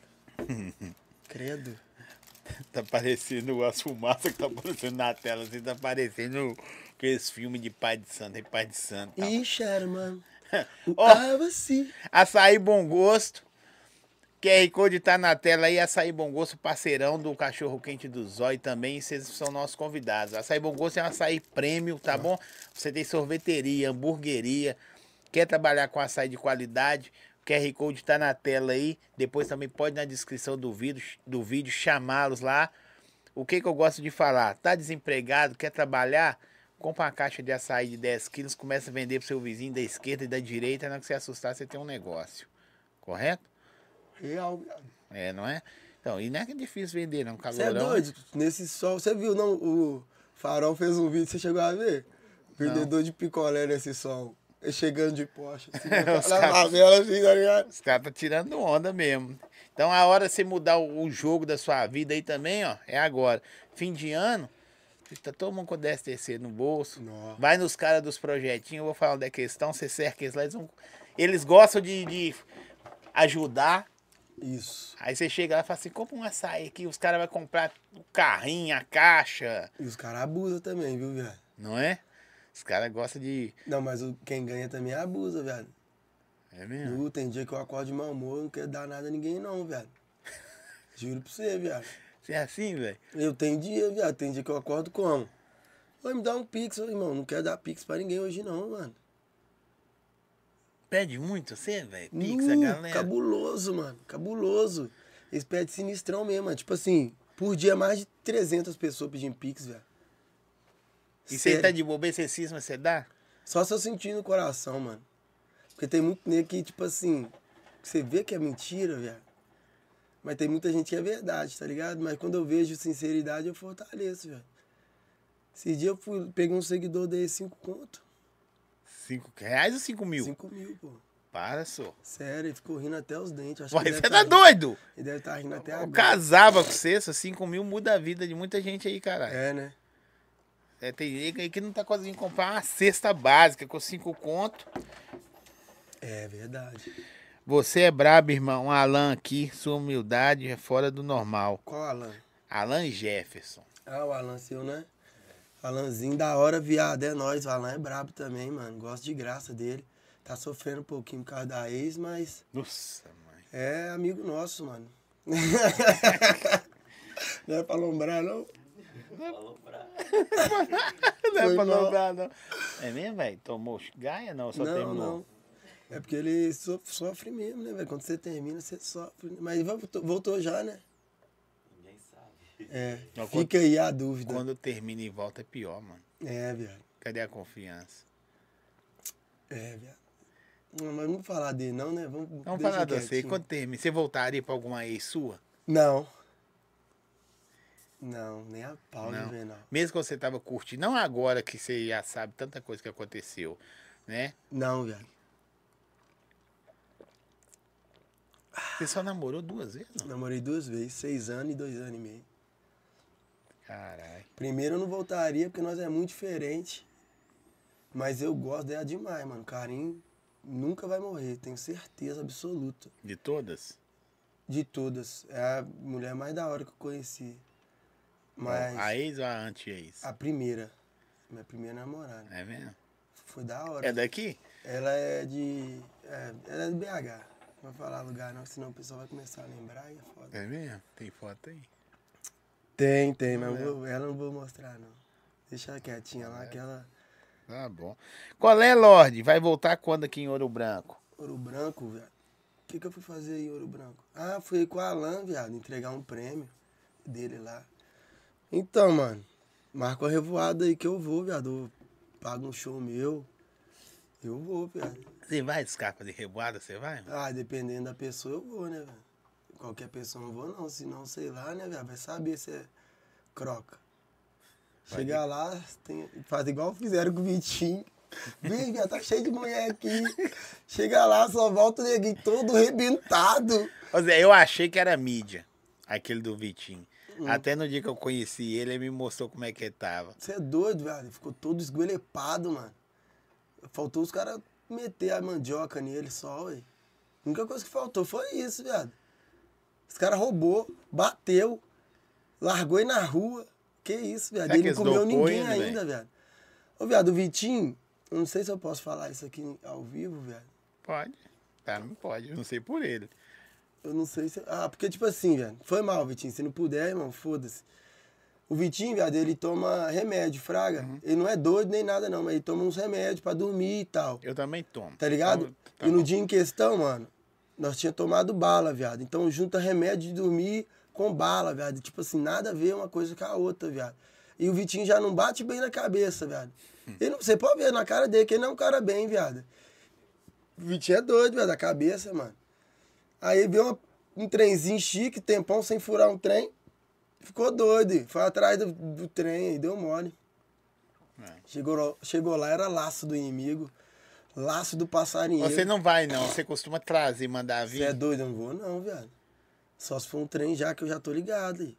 Credo. Tá parecendo as fumaças que tá aparecendo na tela, assim, tá parecendo aqueles filmes de pai de santo e pai de santo. e tal. Ixi, era, mano. Ó. Ah, você. Açaí Bom Gosto. QR Code tá na tela aí, Açaí Bom Gosto, parceirão do Cachorro Quente do Zói também, vocês são nossos convidados. Açaí Bom Gosto é um açaí prêmio, tá bom? Você tem sorveteria, hamburgueria, quer trabalhar com açaí de qualidade, o QR Code tá na tela aí, depois também pode na descrição do vídeo, do vídeo chamá-los lá. O que que eu gosto de falar? Tá desempregado, quer trabalhar? Compra uma caixa de açaí de 10 quilos, começa a vender pro seu vizinho da esquerda e da direita, na hora que você assustar, você tem um negócio. Correto? Real, viado. É, não é? Então, e não é que é difícil vender, não. Você Calorão. é doido? Nesse sol. Você viu, não? O Farol fez um vídeo, você chegou a ver? Vendedor de picolé nesse sol. Ele Chegando de Porsche. Assim, na Os caras- favela, assim, tá ligado? Os caras tá tirando onda mesmo. Então, a hora de você mudar o, o jogo da sua vida aí também, ó, é agora. Fim de ano, tá todo mundo com 10 terceiro no bolso. Nossa. Vai nos caras dos projetinhos, eu vou falar da questão, você cerca eles lá, eles, vão- eles gostam de, de ajudar. Isso. Aí você chega lá e fala assim, compra um açaí aqui, os caras vão comprar o carrinho, a caixa, E os caras abusam também, viu, viado? não é? Os caras gostam de... Não, mas o- quem ganha também abusa, viado. É mesmo? Nu, tem dia que eu acordo de mau humor, eu não quero dar nada a ninguém, não, viado. Juro pra você, viado. Você é assim, velho? Eu tenho dia, viado. Tem dia que eu acordo como? Vai me dar um pix, Ô, irmão. Não quero dar pix pra ninguém hoje, não, mano. Pede muito você, é, velho? Pix, a Nu, galera. Uh, Cabuloso, mano. Cabuloso. Eles pedem sinistrão mesmo, mano. Tipo assim, por dia mais de 300 pessoas pedindo pix, velho. E você Sério. tá de bobeira, você cisma, você dá? Só se eu sentir no coração, mano. Porque tem muito nego que, tipo assim, você vê que é mentira, velho. Mas tem muita gente que é verdade, tá ligado? Mas quando eu vejo sinceridade, eu fortaleço, velho. Esse dia eu fui, peguei um seguidor, dei cinco conto. Cinco reais ou cinco mil? cinco mil, pô. Para, só. Sério, ele ficou rindo até os dentes. Acho que Vai, ele você deve tá rindo- doido? Ele deve estar rindo até Eu agora. casava com você, só cinco mil muda a vida de muita gente aí, caralho. É, né? É, tem nego aí que não tá conseguindo comprar uma cesta básica com cinco conto. É verdade. Você é brabo, irmão. Alan aqui, sua humildade é fora do normal. Qual Alan? Alan Jefferson. Ah, o Alan seu, né? Alanzinho da hora, viado, é nóis. O Alan é brabo também, mano. Gosto de graça dele. Tá sofrendo um pouquinho por causa da ex, mas Nossa, mãe. é amigo nosso, mano. não é pra lombrar, não? Falou pra. Não é Foi pra mal. lembrar, não. É mesmo, velho? Tomou gaia? Não, só não, terminou. não. É porque ele so- sofre mesmo, né, velho? Quando você termina, você sofre. Mas voltou, voltou já, né? Ninguém sabe. É. Não, quando- Fica aí a dúvida. Quando termina e volta é pior, mano. É, viado. Cadê a confiança? É, viado. Não, mas não vamos falar dele, não, né? Vamos, Vamos deixa falar de você. quietinho. Quando termina, você voltaria pra alguma ex sua? Não. Não, nem a pau Não. não. vem, não. Mesmo que você tava curtindo, não agora que você já sabe tanta coisa que aconteceu, né? Não, velho. Você só namorou duas vezes, não? Namorei duas vezes, seis anos e dois anos e meio. Caralho. Primeiro eu não voltaria, porque nós é muito diferente. Mas eu gosto dela demais, mano. Carinho nunca vai morrer, tenho certeza absoluta. De todas? De todas. É a mulher mais da hora que eu conheci. Mas A ex ou a anti-ex? a primeira. Minha primeira namorada. É mesmo? Foi da hora. É daqui? Ela é de. É, ela é de BH. Não vou falar lugar não, senão o pessoal vai começar a lembrar e é foda. É mesmo? Tem foto aí? Tem, tem, mas eu vou- É. ela não vou mostrar não. Deixa ela quietinha lá, que ela. Tá bom. Qual é, Lorde? Vai voltar quando aqui em Ouro Branco? Ouro Branco, velho. O que, que eu fui fazer em Ouro Branco? Ah, fui com o Alan, viado, entregar um prêmio dele lá. Então, mano, marca a revoada aí que eu vou, viado. Eu pago um show meu. Eu vou, viado. Você vai de escapa de reboada? Você vai? mano? Ah, dependendo da pessoa, eu vou, né, velho? Qualquer pessoa eu não vou, não. Se não, sei lá, né, velho? Vai saber se é croca. Chegar lá, tem, faz igual fizeram com o Vitinho. Vem, velho, tá cheio de mulher aqui. Chega lá, só volta o neguinho todo arrebentado. Ô, Zé, eu achei que era mídia, aquele do Vitinho. Até no dia que eu conheci ele, ele me mostrou como é que ele tava. Você é doido, velho. Ficou todo esguelepado, mano. Faltou os caras meter a mandioca nele só, ué. A única coisa que faltou foi isso, viado. Os caras roubou, bateu, largou ele na rua. Que isso, viado. Será que ele não eles comeu dopou ninguém ele, ainda, velho? viado. Ô, viado, o Vitinho, eu não sei se eu posso falar isso aqui ao vivo, viado. Pode. Tá, não pode. Eu não sei por ele. Eu não sei se. Ah, porque, tipo assim, velho. Foi mal, Vitinho. Se não puder, irmão, foda-se. O Vitinho, viado, ele toma remédio, fraga. Uhum. Ele não é doido nem nada, não, mas ele toma uns remédios pra dormir e tal. Eu também tomo. Tá ligado? Então, tá e no bom. dia em questão, mano, nós tinha tomado bala, viado. Então junta remédio de dormir com bala, viado. Tipo assim, nada a ver uma coisa com a outra, viado. E o Vitinho já não bate bem na cabeça, viado. Hum. Ele não, você pode ver na cara dele que ele não é um cara bem, viado. O Vitinho é doido, viado, da cabeça, mano. Aí viu uma- um trenzinho chique, tempão sem furar um trem. Ficou doido, e foi atrás do, do trem e deu mole. É. Chegou, lá- chegou lá, era laço do inimigo, laço do passarinheiro. Você não vai, não. Você costuma trazer, mandar Você é vir. doido? Eu não vou, não, viado. Só se for um trem já que eu já tô ligado. Aí.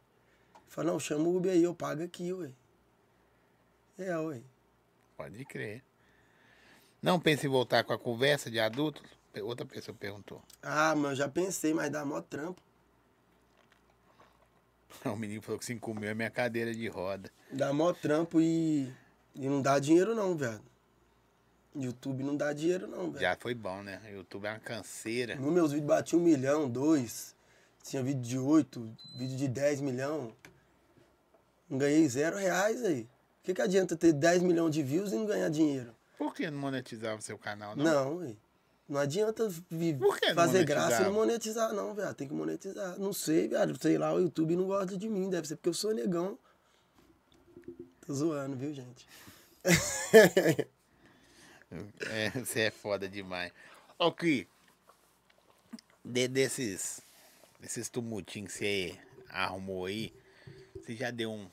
Fala, não, chama o Uber aí, eu pago aqui, ué. É, ué. Pode crer. Não pense em voltar com a conversa de adulto? Pe- Outra pessoa perguntou. Ah, mano, já pensei, mas dá mó trampo. O menino falou que 5 mil é minha cadeira de roda. Dá mó trampo e. E não dá dinheiro, não, viado. YouTube não dá dinheiro, não, velho. Já foi bom, né? O YouTube é uma canseira. No meus vídeos bati um milhão, dois. Tinha vídeo de oito, vídeo de 10 milhão. Não ganhei zero reais aí. O que, que adianta ter 10 milhões de views e não ganhar dinheiro? Por que não monetizava o seu canal, não? Não, ué. não adianta vi- Por que não fazer monetizava? graça e não monetizar, não, velho. Tem que monetizar. Não sei, viado. Sei lá, o YouTube não gosta de mim. Deve ser porque eu sou negão. Tô zoando, viu, gente? É, você é foda demais. Ó, Cri, de, desses, desses tumultinhos que você arrumou aí, você já deu um,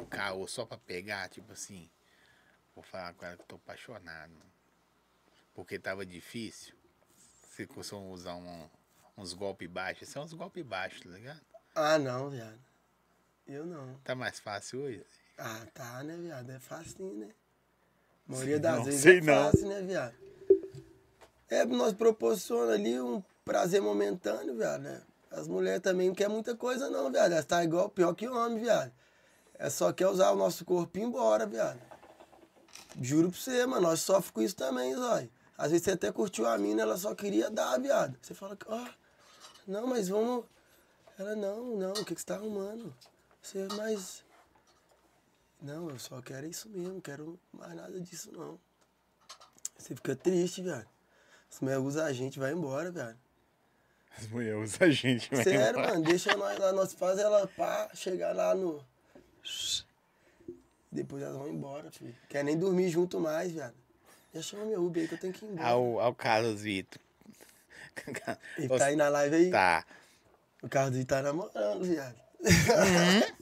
um caô só pra pegar? Tipo assim, vou falar com ela que eu tô apaixonado. Porque tava difícil. Você costuma usar um- uns golpes baixos. São uns golpes baixos, tá ligado? Ah, não, viado. Eu não. Tá mais fácil hoje? Ah, tá, né, viado? É facinho, né? A maioria Sei das não, vezes sei é não. fácil, né, viado? É, nós proporciona ali um prazer momentâneo, viado, né? As mulheres também não querem muita coisa, não, viado. Elas tá igual, pior que homem, viado. É só quer usar o nosso corpo e ir embora, viado. Juro pra você, mano, nós sofremos com isso também, zói. Às vezes você até curtiu a mina, ela só queria dar, viado. Você fala, ó, não, mas vamos... Ela, não, não, o que, que você tá arrumando? Você, é mas... Não, eu só quero isso mesmo, não quero mais nada disso não. Você fica triste, velho. Se mulher usa a gente, vai embora, velho. As mulheres usam a gente, mas- Sério, mano, deixa nós lá, nós faz ela pá, chegar lá no. Depois elas vão embora, filho. Quer nem dormir junto mais, velho. Já chama meu Uber aí que eu tenho que ir embora. Ao, ao Carlos Vitor. Ele tá aí na live aí. Tá. O carro dele tá namorando, viado. Uhum.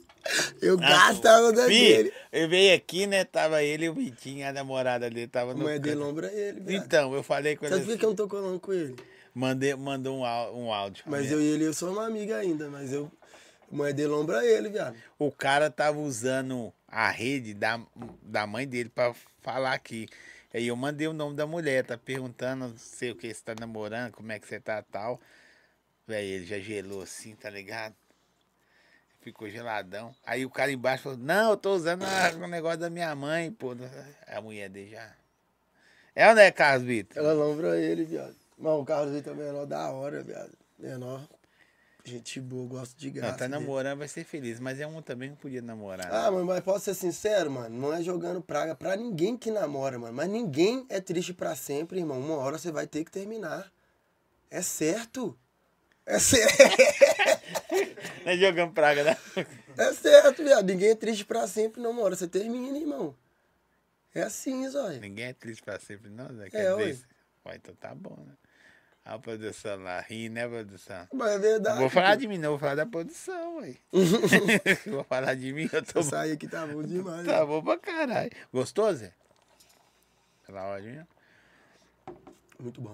eu Ah, gasto a onda Fih, dele. eu veio aqui, né? Tava ele e o Vitinho, a namorada dele tava A no. mãe dele canto. lombra ele, viado. Então, eu falei com ele. Sabe por que que eu Assim, não tô colando com ele? mandei, mandou um, áu- um áudio. Mas eu e ele, eu sou uma amiga ainda, mas eu. Mãe dele lombra ele, viado. O cara tava usando a rede da, da mãe dele pra falar aqui. Aí eu mandei o nome da mulher, tá perguntando, não sei o que, você tá namorando, como é que você tá tal. Velho, ele já gelou assim, tá ligado? Ficou geladão. Aí o cara embaixo falou: Não, eu tô usando a- o negócio da minha mãe, pô. A mulher dele já. É ou não é, Carlos Vitor? Ela lombra ele, viado. Mas o Carlos Vitor é menor da hora, viado. Menor. Gente boa, eu gosto de graça. Não, tá dele. namorando, vai ser feliz. Mas é um também que podia namorar. né? Ah, mano, mas posso ser sincero, mano? Não é jogando praga pra ninguém que namora, mano. Mas ninguém é triste pra sempre, irmão. Uma hora você vai ter que terminar. É certo. É certo. Não é jogando praga, né? É certo, viado. Ninguém é triste pra sempre, não. Uma hora você termina, irmão. É assim, zóia. Ninguém é triste pra sempre, não, né? Quer ué. dizer, ué, então tá bom, né? A produção lá ri, né, produção? Mas é Não verdade. vou falar de mim, não, vou falar da produção, ué. vou falar de mim, eu tô Eu saí aqui, tá bom demais. Tá bom pra caralho. Gostou, Zé? Tá Pela horinha. Muito bom.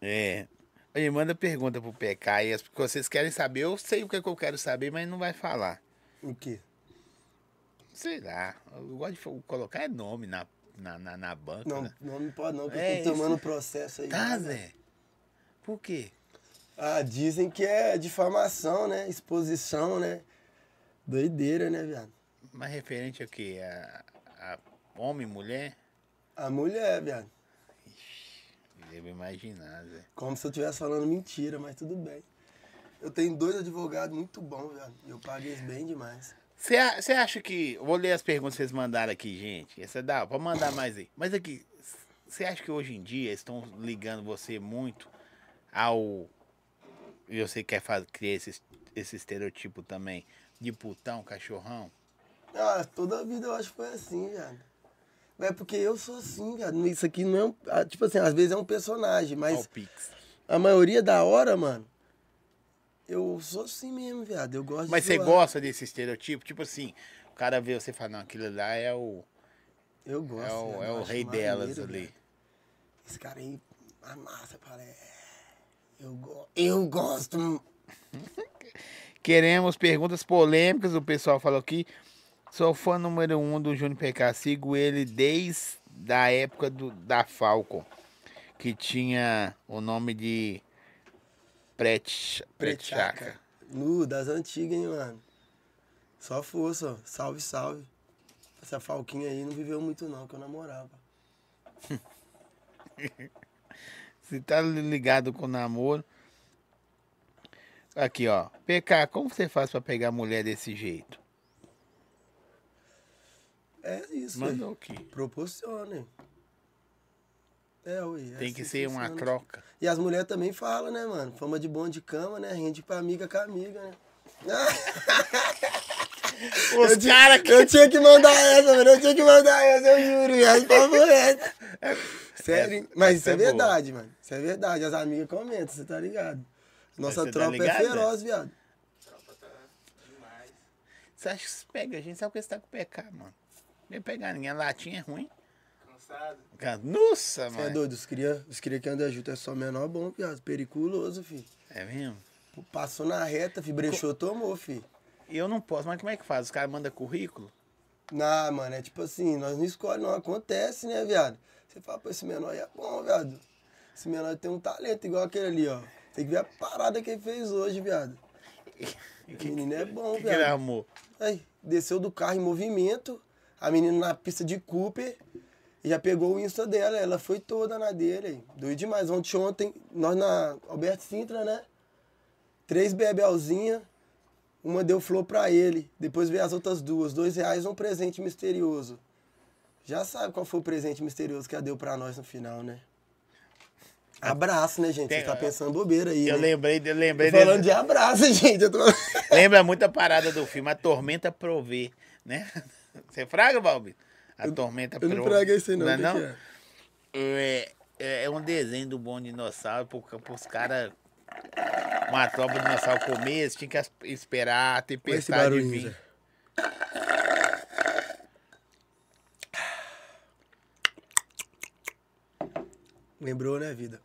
É. Aí manda pergunta pro PK aí, as- porque vocês querem saber. Eu sei o que, é que eu quero saber, mas não vai falar. O quê? Sei lá. Eu gosto de fo- colocar é nome na, na, na, na banca, Não, né? não me pode não, que É Tá, eu tô tomando processo aí. Tá, Zé? Por quê? Ah, dizem que é difamação, né? Exposição, né? Doideira, né, viado? Mas referente ao quê? A, a homem e mulher? A mulher, viado. Devo imaginar, Zé. Como se eu estivesse falando mentira, mas tudo bem. Eu tenho dois advogados muito bons, viado. E eu pago eles bem demais. Você a- você acha que. eu Vou ler as perguntas que vocês mandaram aqui, gente. Essa dá, pode mandar mais aí. Mas aqui, você acha que hoje em dia estão ligando você muito ao. E você quer fa- criar esse, esse estereotipo também de putão, cachorrão? Ah, toda a vida eu acho que foi assim, viado. É porque eu sou assim, viado. Isso aqui não é um. ah, Tipo assim, às vezes é um personagem, Ao mas Pix. a maioria da hora, mano, eu sou assim mesmo, viado. Eu gosto Mas de você zoar. gosta desse estereotipo? Tipo assim, o cara vê você e fala, não, aquilo lá é o, Eu gosto. é o, viado. é Eu o acho rei delas maneiro, né? ali. viado. Esse cara aí amassa, parece. "É, Eu, go... eu gosto. Queremos perguntas polêmicas, o pessoal falou aqui. Sou fã número um do Júnior PK, sigo ele desde a época do, da Falcon, que tinha o nome de Pret, Pretchaca. Nu, das antigas, hein, mano. Só força, ó. Salve, salve. Essa falquinha aí não viveu muito, não, que eu namorava. Se tá ligado com o namoro. Aqui, ó. PK, como você faz pra pegar mulher desse jeito? É isso, né? Mandou aqui. Proporciona, hein. É, ui. é Tem que assim ser uma funciona. troca. E as mulheres também falam, né, mano? Fama de bom de cama, né? Rende pra amiga com amiga, né? Eu Os tinha- caras que. Eu tinha que mandar essa, mano. Eu tinha que mandar essa, eu juro. viado, papo reto. Sério, hein? essa mas isso é é boa. verdade, mano. Isso é verdade. As amigas comentam, você tá ligado. Nossa Você tá tropa ligado, é feroz, viado. Você acha que se pega, a gente sabe que você tá com PK, mano. Vem pegar ninguém, a latinha é ruim. Cansado? Cara, Nossa, Você é mano. doido, os cria, os cria que anda junto é só menor bom, viado. Periculoso, fi. É mesmo? Pô, Passou na reta, fi. Brechou, tomou, fi. E Eu não posso, mas como é que faz? Os caras mandam currículo? Não, mano, é tipo assim, nós não escolhemos, não acontece, né, viado? Você fala, pô, esse menor aí é bom, viado. Esse menor tem um talento igual aquele ali, ó. Tem que ver a parada que ele fez hoje, viado. O menino é bom, O que, que ele viado. arrumou? Aí, desceu do carro em movimento, a menina na pista de Cooper, e já pegou o Insta dela, ela foi toda na dele. Aí. Doido demais. Ontem, ontem, nós na Alberto Sintra, né? Três bebelzinha, uma deu flor pra ele, depois veio as outras duas. Dois reais, um presente misterioso. Já sabe qual foi o presente misterioso que ela deu pra nós no final, né? Abraço, né, gente? Você Tem- é. tá pensando bobeira aí, Eu né? lembrei, eu lembrei Tô falando desse- de abraço, gente. Eu tô... Lembra muito a parada do filme, A Tormenta Provê, né? Você fraga, Balbi? A Tormenta Eu Provê. não trago isso aí, não. Não é, o que não? que é? É, é- é um desenho do Bom Dinossauro, porque os caras... Uma tropa de dinossauro comer, eles tinham que as- esperar a Com esse tempestade barulho, vir. Zé. Lembrou, né, vida?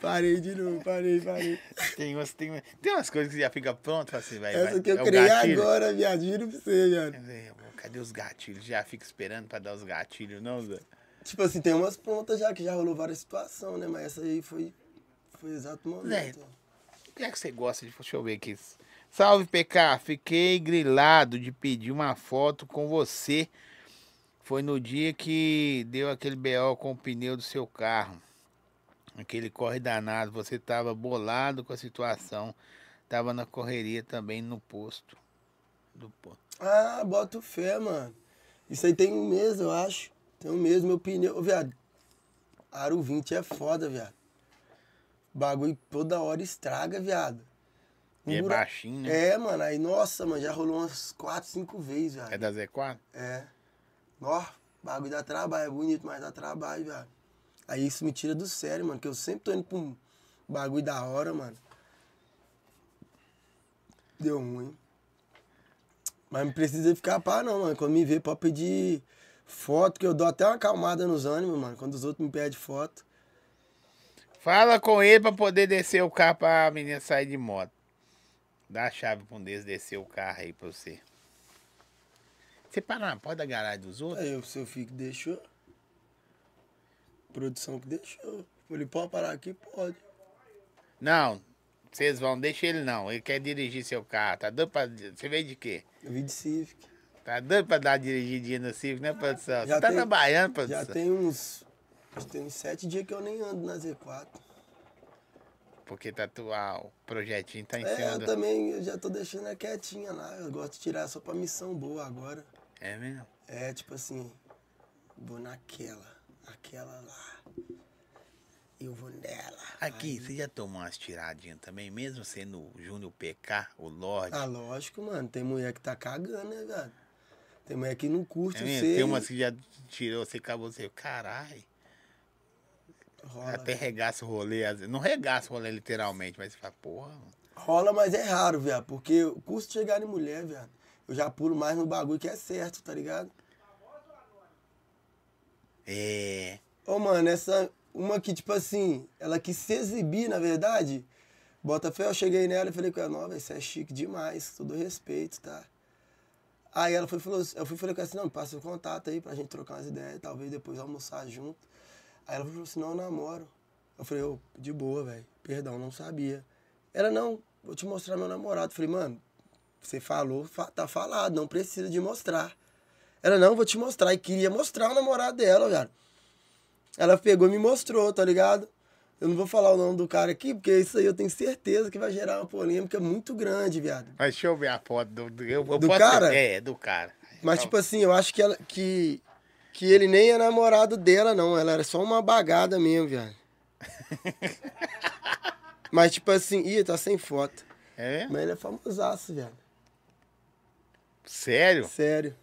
parei de novo, parei, parei. Tem umas, tem, umas- tem umas coisas que já fica pronto, fala assim, vai, Essa vai, que eu é o criei gatilho. agora, viado. Juro pra você, viado. É, Cadê os gatilhos? Já fica esperando pra dar os gatilhos, não, Zé? Tipo assim, tem umas pontas já que já rolou várias situações, né? Mas essa aí foi, foi o exato momento. O que é que você gosta de. Deixa eu ver aqui. Salve, PK. Fiquei grilado de pedir uma foto com você. Foi no dia que deu aquele BO com o pneu do seu carro. Aquele corre danado. Você tava bolado com a situação. Tava na correria também no posto. Do posto. Ah, bota fé, mano. Isso aí tem um mês, eu acho. Tem um mês, meu pneu. Ô, viado, aro 20 é foda, viado. Bagulho toda hora estraga, viado. Um E é buraco- baixinho, né? É, mano. Aí, nossa, mano, já rolou umas 4, 5 vezes, viado. É da Z4? É. Ó, bagulho dá trabalho, é bonito, mas dá trabalho, velho. Aí isso me tira do sério, mano, que eu sempre tô indo pra um bagulho da hora, mano. Deu ruim. Mas não precisa ficar pá, não, mano. Quando me vê, pode pedir foto, que eu dou até uma acalmada nos ânimos, mano. Quando os outros me pedem foto. Fala com ele pra poder descer o carro pra menina sair de moto. Dá a chave pra um deles descer o carro aí pra você. Você para na porta da garagem dos outros? Aí o seu fico deixou. Produção que deixou. Falei, pode parar aqui? Pode. Não, vocês vão, deixa ele não. Ele quer dirigir seu carro. Tá doido pra. Você veio de quê? Eu vim de Civic. Tá doido pra dar uma dirigidinha no Civic, né, produção? Você Já tá tem- trabalhando, Já produção. tem uns. Acho que tem uns sete dias que eu nem ando na Z4. Porque tá tua, o projetinho tá em É, cima eu do. também eu já tô deixando ela quietinha lá. Eu gosto de tirar só pra missão boa agora. É mesmo? É tipo assim, vou naquela, aquela lá. Eu vou nela. Aqui, você já tomou umas tiradinhas também, mesmo sendo o Júnior PK, o Lorde. Ah, lógico, mano. Tem mulher que tá cagando, né, velho? Tem mulher que não curte é o mesmo? ser. Tem umas que já tirou, você acabou você, caralho. rola, Até regaça o rolê, às vezes. Não regaça o rolê literalmente, mas você fala, porra, mano. rola, mas é raro, velho. Porque o custo de chegar em mulher, velho. Eu já pulo mais no bagulho que é certo, tá ligado? É. Ô, mano, essa. Uma que, tipo assim, ela quis se exibir, na verdade. Botafé, eu cheguei nela e falei com ela, não, velho, você é chique demais, com todo respeito, tá? Aí ela foi e falou, assim- eu fui e falei com ela assim, não, me passa o contato aí pra gente trocar umas ideias, talvez depois almoçar junto. Aí ela falou assim, não, eu namoro. Eu falei, ô, de boa, velho, perdão, não sabia. Ela, não, vou te mostrar meu namorado. Eu falei, mano, você falou, fa- tá falado, não precisa de mostrar. Ela, não, vou te mostrar. E queria mostrar o namorado dela, cara. Ela pegou e me mostrou, tá ligado? Eu não vou falar o nome do cara aqui, porque isso aí eu tenho certeza que vai gerar uma polêmica muito grande, viado. Mas deixa eu ver a foto do. do eu, eu Do posso- cara? É, do cara. Mas, tipo assim, eu acho que, ela, que, que ele nem é namorado dela, não. Ela era só uma bagada mesmo, viado. Mas, tipo assim, ih, tá sem foto. É mesmo? Mas ele é famosaço, viado. Sério? Sério.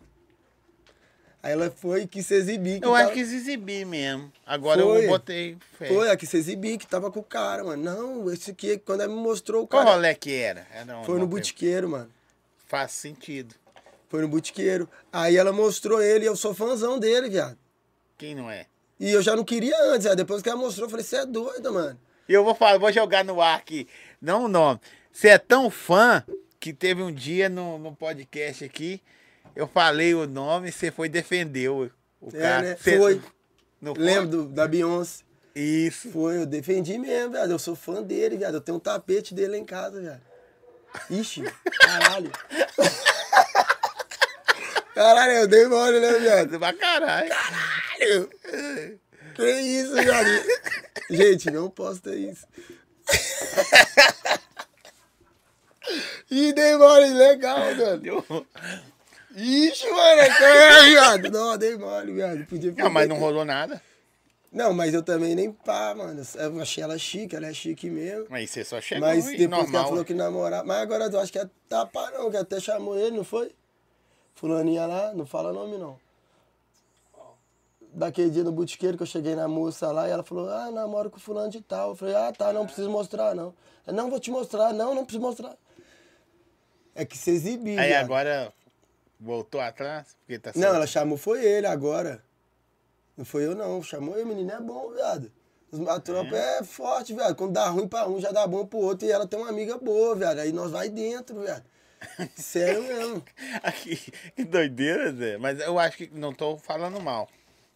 Aí ela foi e quis se exibir. Eu acho tava- que quis exibir mesmo. Agora Foi. eu botei fé. Foi, ela quis se exibir, que tava com o cara, mano. Não, esse aqui, quando ela me mostrou, o Qual cara rolê que era? Era um- foi no uma- botiqueiro, mano. Faz sentido. Foi no Botiqueiro. Aí ela mostrou ele e eu sou fãzão dele, viado. Quem não é? E eu já não queria antes, viado. Depois que ela mostrou, eu falei, você é doida, mano. E eu vou falar, vou jogar no ar aqui. Não o nome. Você é tão fã que teve um dia no, no podcast aqui, eu falei o nome e você foi defender o, o É, cara. né? Você- Foi. Não foi? Lembro do- da Beyoncé. Isso. Foi, eu defendi mesmo, viado. Eu sou fã dele, viado. Eu tenho um tapete dele lá em casa, viado. Ixi, caralho. caralho, eu dei mole, né, viado? Pra caralho. Caralho. Que isso, viado? Gente, não posta isso. Ih, dei mole, legal, mano. Eu- Ixi, mano, é sério, viado. Não, dei mole, viado. Podia Não, mas não rolou nada. Não, mas eu também nem pá, mano. Eu achei ela chique, ela é chique mesmo. Mas você só chegou mas e depois que ela normal. é. falou que namorava. Mas agora eu acho que é tapa, não, que até chamou ele, não foi? Fulaninha lá, não fala nome não. Daquele dia no botiqueiro que eu cheguei na moça lá e ela falou, ah, namoro com fulano de tal. Eu falei, ah, tá, não preciso mostrar, não. Ela, Não vou te mostrar, não, não preciso mostrar. É que se exibir. Aí viado. agora voltou atrás, porque tá Não, ela chamou foi ele agora. Não foi eu não, chamou eu, menino é bom, viado. Os- A tropa é. forte, viado. Quando dá ruim pra um, já dá bom pro outro. E ela tem uma amiga boa, viado. Aí nós vai dentro, viado. Sério mesmo. Aqui, que doideira, Zé. Mas eu acho que não tô falando mal.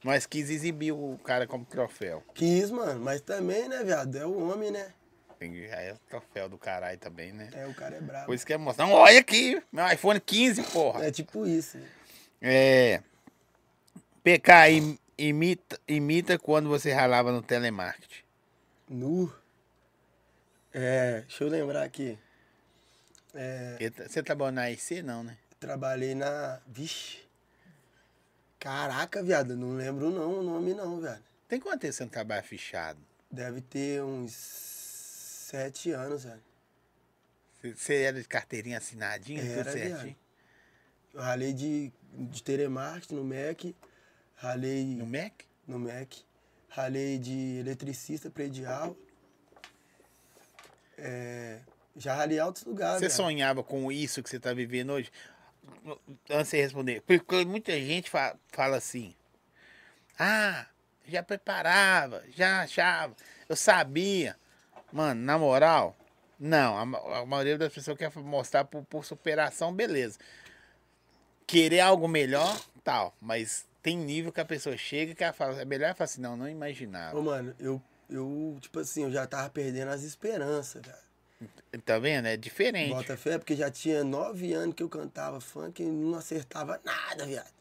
Mas quis exibir o cara como troféu. Quis, mano. Mas também, né, viado? É o homem, né? Tem- Aí é troféu do caralho também, né? É, o cara é Por brabo. isso que é mostrar. Não, olha aqui, meu iPhone 15, porra. É tipo isso. né? É. PK im- imita, imita quando você ralava no telemarketing. Nu. É, deixa eu lembrar aqui. É, Porque tá- Você trabalhou na IC, não, né? Trabalhei na. Vixe. Caraca, viado. Não lembro não o nome, não, velho. Tem quanto tempo você não trabalha fichado? Deve ter uns sete anos, velho. Você- Você era de carteirinha assinadinha, tudo Era, certinho? viado. Eu ralei de, de telemarketing no MEC, ralei No Mac? no MEC, ralei de eletricista predial. É, já ralei em altos lugares. Você velho. sonhava com isso que você tá vivendo hoje? Antes de você responder, porque muita gente fa- fala assim: Ah, já preparava, já achava, eu sabia. Mano, na moral, não. A, ma- a maioria das pessoas quer mostrar por, por superação, beleza. Querer algo melhor, tal, mas tem nível que a pessoa chega que ela fala. É melhor ela falar assim, não, não imaginava. Ô, mano, eu, eu, tipo assim, eu já tava perdendo as esperanças, cara. Tá vendo? É diferente. Bota fé, porque já tinha nove anos que eu cantava funk e não acertava nada, viado.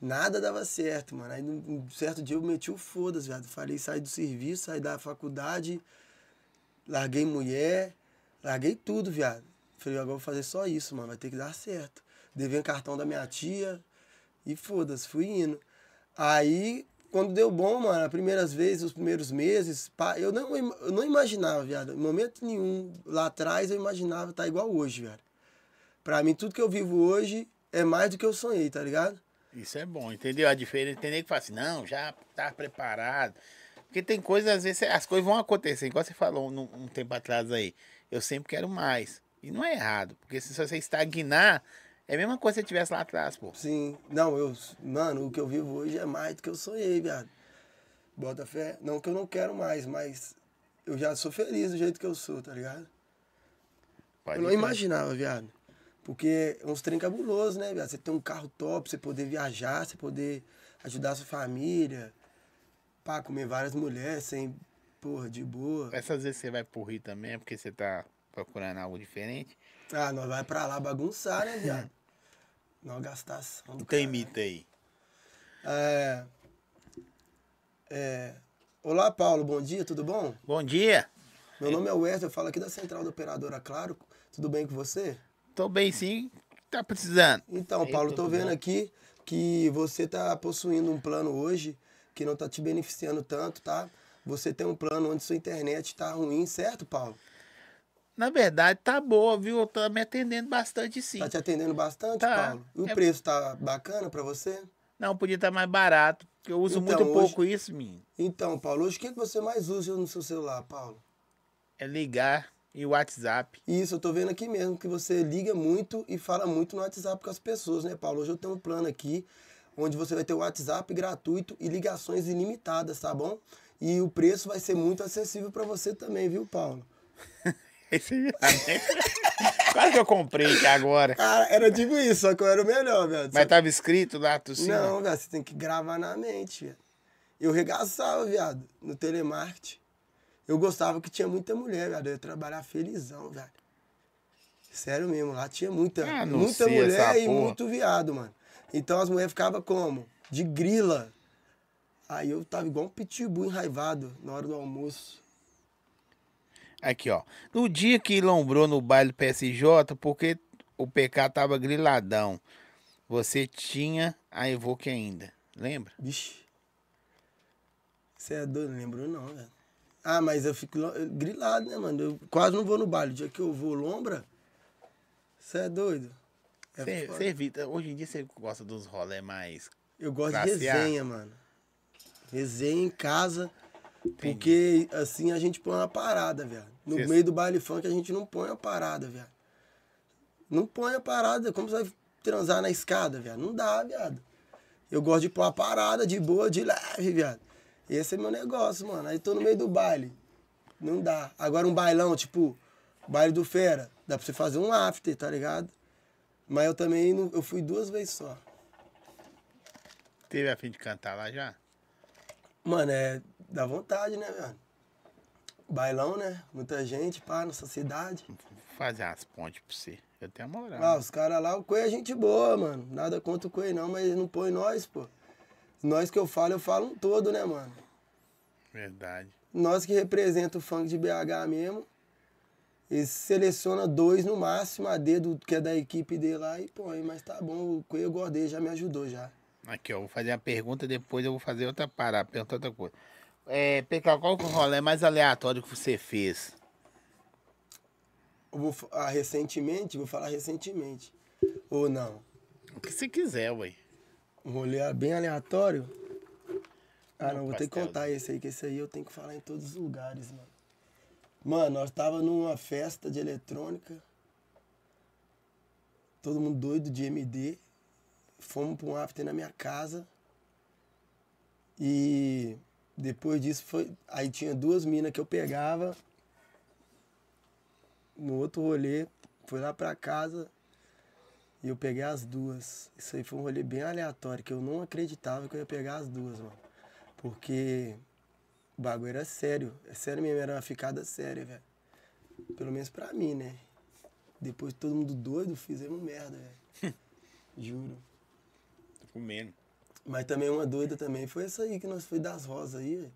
Nada dava certo, mano. Aí num- um certo dia eu meti o foda-se, viado. Falei, saí do serviço, saí da faculdade, larguei mulher, larguei tudo, viado. Falei, agora eu vou fazer só isso, mano. Vai ter que dar certo. Devia um cartão da minha tia e foda-se, fui indo. Aí, quando deu bom, mano, as primeiras vezes, os primeiros meses, pá, eu não, im- eu não imaginava, viado. Em momento nenhum, lá atrás, eu imaginava estar igual hoje, viado. Pra mim, tudo que eu vivo hoje é mais do que eu sonhei, tá ligado? Isso é bom, entendeu? A diferença tem nem que falar assim, não, já tá preparado. Porque tem coisas, às vezes, as coisas vão acontecer, igual você falou num- um, tempo atrás aí. Eu sempre quero mais. E não é errado, porque se você estagnar, é a mesma coisa que você tivesse lá atrás, pô. Sim. Não, eu. Mano, o que eu vivo hoje é mais do que eu sonhei, viado. Bota fé. Não que eu não quero mais, mas eu já sou feliz do jeito que eu sou, tá ligado? Pode eu não crer. imaginava, viado. Porque é uns trem cabuloso, né, viado? Você ter um carro top, você poder viajar, você poder ajudar a sua família, pá, comer várias mulheres sem. Porra, de boa. Essas vezes você vai pro Rio também, é porque você tá procurando algo diferente. Ah, nós vai pra lá bagunçar, né, viado? Nós gastação. do Não tem caralho. mito aí. É... É... Olá, Paulo, bom dia, tudo bom? Bom dia! Meu nome é Wesley, eu falo aqui da central da operadora Claro. Tudo bem com você? Tô bem sim, tá precisando. Então, Ei, Paulo, tô tudo vendo bom? aqui que você tá possuindo um plano hoje que não tá te beneficiando tanto, tá? Você tem um plano onde sua internet tá ruim, certo, Paulo? Na verdade, tá boa, viu? Eu tô me atendendo bastante sim. Tá te atendendo bastante, Tá. Paulo? E o É- preço tá bacana pra você? Não, podia estar mais barato. porque Eu uso Então, muito hoje- pouco isso, menino. Então, Paulo, hoje o que que você mais usa no seu celular, Paulo? É ligar e o WhatsApp. Isso, eu tô vendo aqui mesmo que você liga muito e fala muito no WhatsApp com as pessoas, né, Paulo? Hoje eu tenho um plano aqui onde você vai ter o WhatsApp gratuito e ligações ilimitadas, tá bom? E o preço vai ser muito acessível pra você também, viu, Paulo? Esse aí, né? Quase que eu comprei aqui agora. Cara, era tipo isso, só que eu era o melhor, velho. Mas tava escrito lá, tu sim. né? Não, velho, você tem que gravar na mente, velho. Eu regaçava, viado, no telemarketing. Eu gostava que tinha muita mulher, viado. Eu ia trabalhar felizão, velho. Sério mesmo, lá tinha muita, Ah, não muita sei essa mulher e porra. muito viado, mano. Então as mulheres ficavam como? De grila. Aí eu tava igual um pitbull enraivado na hora do almoço. Aqui, ó. No dia que lombrou no baile do PSJ, porque o PK tava griladão. Você tinha a Evoque ainda. Lembra? Vixe. Você é doido, não lembro não, velho. Ah, mas eu fico lo- grilado, né, mano? Eu quase não vou no baile. O dia que eu vou lombra, você é doido. É Cê- foda. cê evita- hoje em dia você gosta dos rolê mais. Eu gosto de Classe A. resenha, mano. Resenha em casa. Porque assim a gente põe uma parada, velho. No Cês- meio do baile funk a gente não põe a parada, velho. Não põe a parada. Como você vai transar na escada, velho? Não dá, viado. Eu gosto de pôr a parada de boa, de leve, viado. Esse é meu negócio, mano. Aí tô no meio do baile. Não dá. Agora um bailão, tipo, baile do Fera. Dá pra você fazer um after, tá ligado? Mas eu também não, eu fui duas vezes só. Teve a fim de cantar lá já? Mano, é da vontade, né, velho? Bailão, né? Muita gente, pá, nossa cidade. Vou fazer as pontes pra você. Eu tenho a moral. Ah, os caras lá, o Coelho é gente boa, mano. Nada contra o Coelho, não, mas ele não põe nós, pô. Nós que eu falo, eu falo um todo, né, mano? né? Verdade. Nós que representa o funk de BH mesmo. Eles seleciona dois no máximo, a dedo que é da equipe dele lá e põe, mas tá bom, o Coelho eu guardei, já me ajudou já. Aqui, ó, vou fazer a pergunta, depois eu vou fazer outra parada, perguntar outra coisa. É, Peca, qual que é o rolê mais aleatório que você fez? Eu vou fa- ah, recentemente, vou falar recentemente. Ou não. O que você quiser, ué. Um rolê bem aleatório. Ah, não, Um vou ter que pastel. contar esse aí, que esse aí eu tenho que falar em todos os lugares, mano. Mano, nós tava numa festa de eletrônica. Todo mundo doido de MD. Fomos pra um after na minha casa. E depois disso foi. Aí tinha duas minas que eu pegava. No outro rolê, fui lá pra casa. E eu peguei as duas. Isso aí foi um rolê bem aleatório, que eu não acreditava que eu ia pegar as duas, mano. Porque o bagulho era sério. É sério mesmo, era uma ficada séria, velho. Pelo menos pra mim, né? Depois todo mundo doido, fizemos merda, velho. Juro. Tô comendo. Mas também uma doida também foi essa aí que nós foi das rosas aí. velho.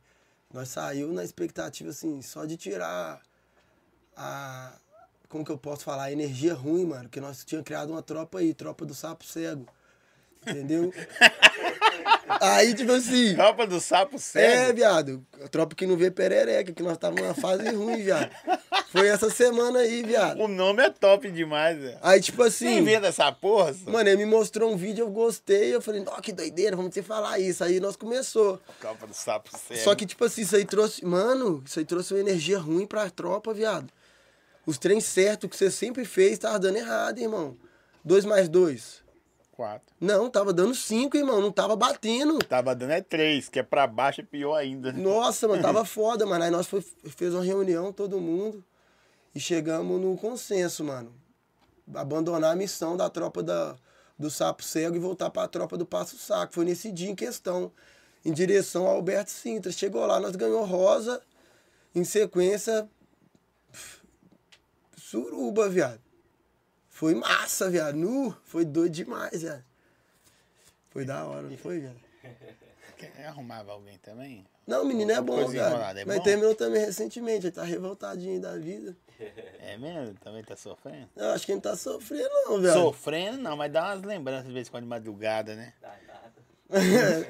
Nós saiu na expectativa assim, só de tirar a como que eu posso falar, a energia ruim, mano, que nós tínhamos criado uma tropa aí, tropa do sapo cego. Entendeu? aí tipo assim, Tropa do sapo é, cego. viado, a tropa que não vê perereca, que nós tava numa fase ruim, viado. Foi essa semana aí, viado. o nome é top demais, velho. Aí tipo assim, Nem vendo essa porra, só. Mano, ele me mostrou um vídeo, eu gostei, eu falei, ó, que doideira, vamos ter que falar isso. Aí nós começou. Tropa do sapo cego. Só que, tipo assim, isso aí trouxe. Mano, isso aí trouxe uma energia ruim pra tropa, viado. Os trens certos que você sempre fez tava dando errado, irmão. Dois mais dois. Quatro. Não, tava dando cinco, irmão. Não tava batendo. Tava dando é três, que é pra baixo é pior ainda. Nossa, mano, tava foda, mano. Aí nós foi, fez uma reunião, todo mundo, e chegamos num consenso, mano. Abandonar a missão da tropa da, do Sapo Cego e voltar pra tropa do Passo Saco. Foi nesse dia em questão, em direção ao Alberto Sintra. Chegou lá, nós ganhou rosa, em sequência, pf, suruba, viado. Foi massa, viado. Nu, foi doido demais, viado. Foi da hora, não foi, viado? Quer- Arrumava alguém também? Não, o menino é bom, Coisa cara. enrolada, é Mas bom? terminou também recentemente, ele tá revoltadinho da vida. É mesmo? Também tá sofrendo? Eu acho que ele não tá sofrendo, não, velho. Sofrendo não, mas dá umas lembranças de vez em quando de madrugada, né? Dá nada.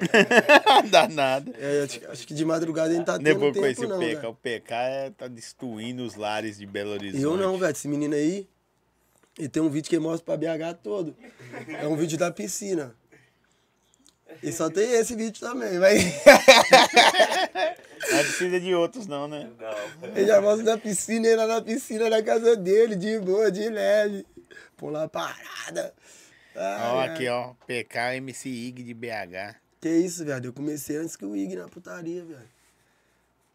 dá nada. É, acho, que- acho que de madrugada ele não tá tendo Depois com esse tempo, não, PK, velho. o PK é- tá destruindo os lares de Belo Horizonte. Eu não, velho. Esse menino aí, ele tem um vídeo que ele mostra pra BH todo. É um vídeo da piscina. E só tem esse vídeo também, mas Não precisa de outros, não, né? Não. ele já mostra da piscina, ele lá na piscina na casa dele, de boa, de leve. Pô, lá parada. Ó, Ai, ai. aqui, ó. PK MC Ig de BH. Que isso, velho. Eu comecei antes que o Ig na putaria, velho.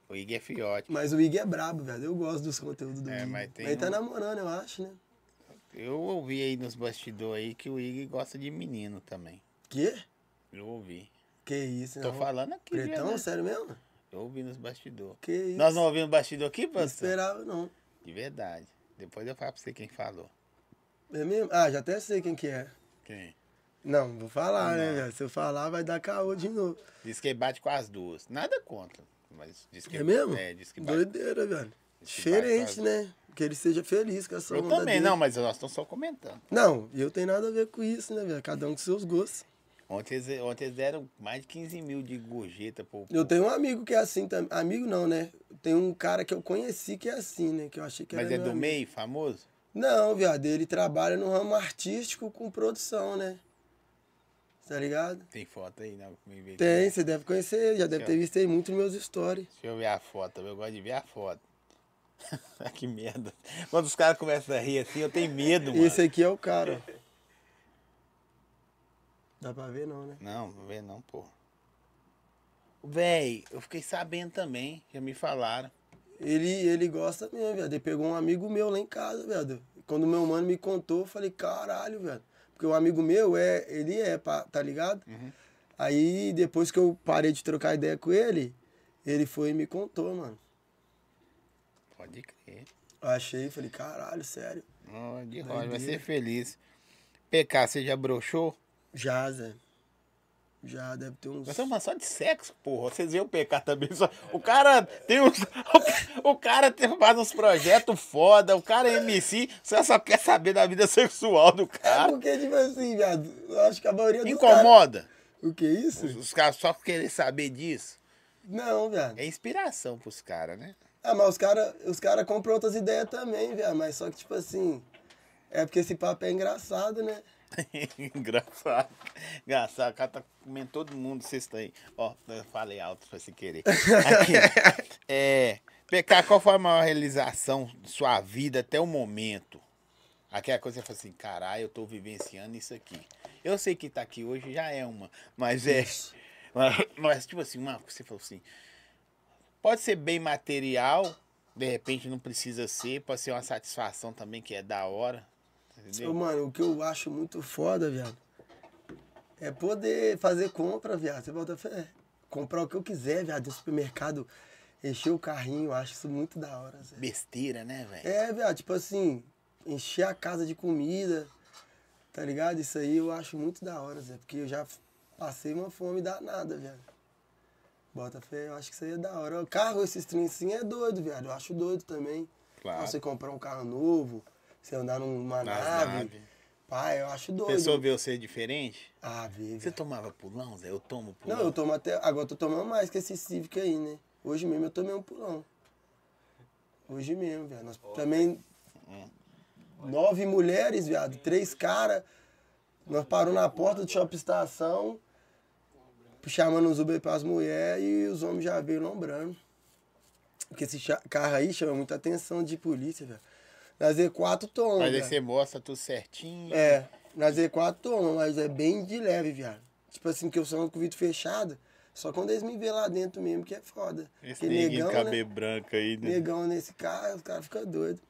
O Ig é fiote. Mas o Ig é brabo, velho. Eu gosto dos conteúdos do É, Ig. mas tem Ele tá um- namorando, eu acho, né? Eu ouvi aí nos bastidores aí que o Ig gosta de menino também. Quê? Eu ouvi. Que isso, Tô não. falando aqui, né? Pretão, sério mesmo? Eu ouvi nos bastidores. Que isso. Nós não ouvimos bastidor aqui, Não pastor? esperava, não. De verdade. Depois eu falo pra você quem falou. É mesmo? Ah, já até sei quem que é. Quem? Não, vou falar, né, Não. velho? Se eu falar, vai dar caô de novo. Diz que bate com as duas. Nada contra. Mas diz que É mesmo? É, diz que bate. Doideira, velho. Esse Diferente, baita- né? Que ele seja feliz com essa Eu onda também, dele. não, mas nós estamos só comentando. Não, e eu tenho nada a ver com isso, né, velho? Cada um com seus gostos. Ontem eles, ontem eles deram mais de 15 mil de gorjeta pro. Eu tenho um amigo que é assim também. Amigo não, né? Tem um cara que eu conheci que é assim, né? Que eu achei que Mas era é meu do amigo. meio, famoso? Não, viado, ele trabalha no ramo artístico com produção, né? Tá ligado? Tem foto aí, não? Me vê aqui. né? Tem, você deve conhecer ele, já deve ter visto ele muito nos meus stories. Deixa eu ver a foto, eu gosto de ver a foto. Ah, que merda. Quando os caras começam a rir assim, eu tenho medo, mano. Esse aqui é o cara. ó. Dá pra ver não, né? Não, não vê não, pô. Véi, eu fiquei sabendo também, já me falaram. Ele, ele gosta mesmo, viado. Ele pegou um amigo meu lá em casa, viado. Quando meu mano me contou, eu falei, caralho, velho. Porque o amigo meu é, ele é, pá, tá ligado? Aí depois que eu parei de trocar ideia com ele, ele foi e me contou, mano. Pode crer. Eu achei e falei, caralho, sério. Ó, de roda, vai Doideira. ser feliz. PK, você já broxou? Já, Zé. Já deve ter uns. Nós estamos falando é só de sexo, porra. Vocês veem o PK também. Só... O cara tem uns. O cara tem- faz uns projetos foda. O cara é MC. Você só quer saber da vida sexual do É cara. porque, tipo assim, viado, eu acho que a maioria dos caras... Incomoda. O que é isso? Os caras só querem saber disso. Não, viado. É inspiração pros caras, né? Ah, mas os caras os cara compram outras ideias também, viado. Mas só que, tipo assim, é porque esse papo é engraçado, né? Engraçado. Engraçado. O cara tá comendo todo mundo. Vocês estão aí. Ó, eu falei alto pra sem querer. Aqui. É. PK, qual foi a maior realização de sua vida até o momento? Aquela coisa que você fala assim, caralho, eu tô vivenciando isso aqui. Eu sei que tá aqui hoje já é uma, mas é. Mas, mas, tipo assim, uma, você falou assim, pode ser bem material, de repente não precisa ser, pode ser uma satisfação também que é da hora. Ô, entendeu? Tipo, mano, o que eu acho muito foda, viado, é poder fazer compra, viado. Você bota fé. é, Comprar o que eu quiser, viado, no supermercado, encher o carrinho, eu acho isso muito da hora, Zé. Besteira, né, velho? É, viado, tipo assim, encher a casa de comida, tá ligado? Isso aí eu acho muito da hora, Zé, porque eu já f- passei uma fome danada, viado. Bota fé, eu acho que isso aí é da hora. O carro, esses trens assim, é doido, viado. Eu acho doido também. Claro. Você comprar um carro novo, você andar numa Nas nave. naves. Pai, eu acho doido. Pessoa vê você diferente? Ah, vive. Você tomava pulão, Zé? Eu tomo pulão. Não, eu tomo até. Agora eu tô tomando mais que esse Civic aí, né? Hoje mesmo eu tomei um pulão. Hoje mesmo, viado. Nós também. Nove mulheres, viado. Três caras. Nós parou na porta do shopping estação. Chamando os Uber pras mulheres e os homens já veio lombrando. Porque esse cha- carro aí chama muita atenção de polícia, velho. Na Z4 toma. Mas aí viado. você mostra tudo certinho. É, na Z4 toma, mas é bem de leve, viado. Tipo assim, que eu só ando com o vidro fechado, só quando eles me vê lá dentro mesmo, que é foda. Esse Porque neguinho negão, de né? cabelo branco aí, né? negão nesse carro, os caras ficam doidos.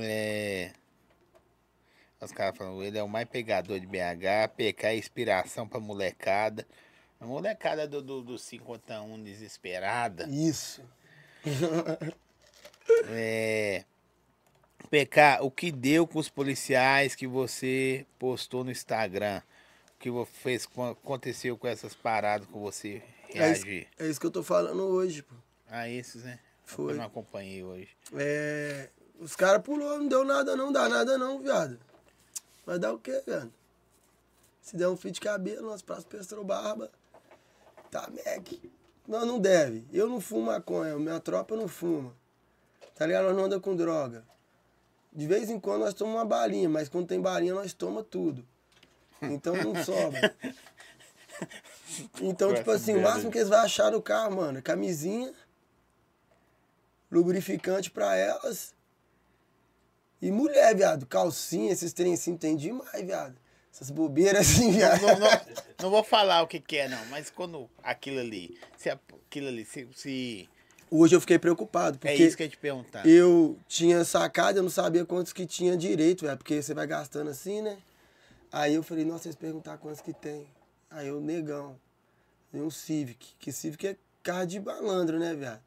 É. Os caras falam, ele é o mais pegador de BH, PK é inspiração pra molecada. A molecada do, do, do 51 desesperada. Isso. É. PK, o que deu com os policiais que você postou no Instagram? O que vo- fez, co- aconteceu com essas paradas com você É isso, reagir? é isso que eu tô falando hoje, pô. A esses, né? Foi. Eu não acompanhei hoje. É, os caras pulou, não deu nada não, dá nada não, viado. Vai dar o quê, viado? Se der um fio de cabelo, nós próximos pestrou barba. Tá, Mac. Nós não deve. Eu não fumo maconha, minha tropa não fuma. Tá ligado? Nós não andamos com droga. De vez em quando nós tomamos uma balinha, mas quando tem balinha nós toma tudo. Então não sobra. Então, tipo assim, o máximo que eles vão achar no carro, mano, é camisinha, lubrificante pra elas. E mulher, viado, calcinha, esses trem assim tem demais, viado. Essas bobeiras assim, viado. não, não- não vou falar o que, que é, não, mas quando aquilo ali, se a- aquilo ali, se, se- Hoje eu fiquei preocupado, porque é isso que eu ia te perguntar. eu tinha sacado, eu não sabia quantos que tinha direito, velho, porque você vai gastando assim, né? Aí eu falei, nossa, eles perguntaram quantos que tem. Aí eu, negão, e um Civic, que Civic é carro de balandro, né, velho?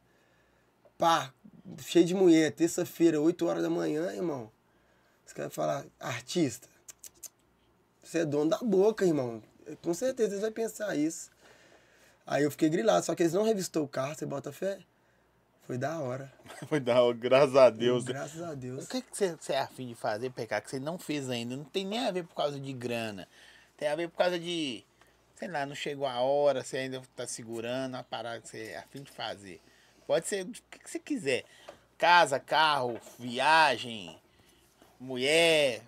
Pá, cheio de mulher, terça-feira, 8 horas da manhã, irmão. Os caras falar artista, você é dono da boca, irmão. Com certeza eles vão pensar isso. Aí eu fiquei grilado, só que eles não revistou o carro, você bota fé? Foi da hora. Foi da hora, graças a Deus. né? Graças a O Deus. que, que você, você é afim de fazer, PK, que você não fez ainda? Não tem nem a ver por causa de grana. Tem a ver por causa de, sei lá, não chegou a hora, você ainda tá segurando a parada que você é afim de fazer. Pode ser o que, que você quiser. Casa, carro, viagem, mulher.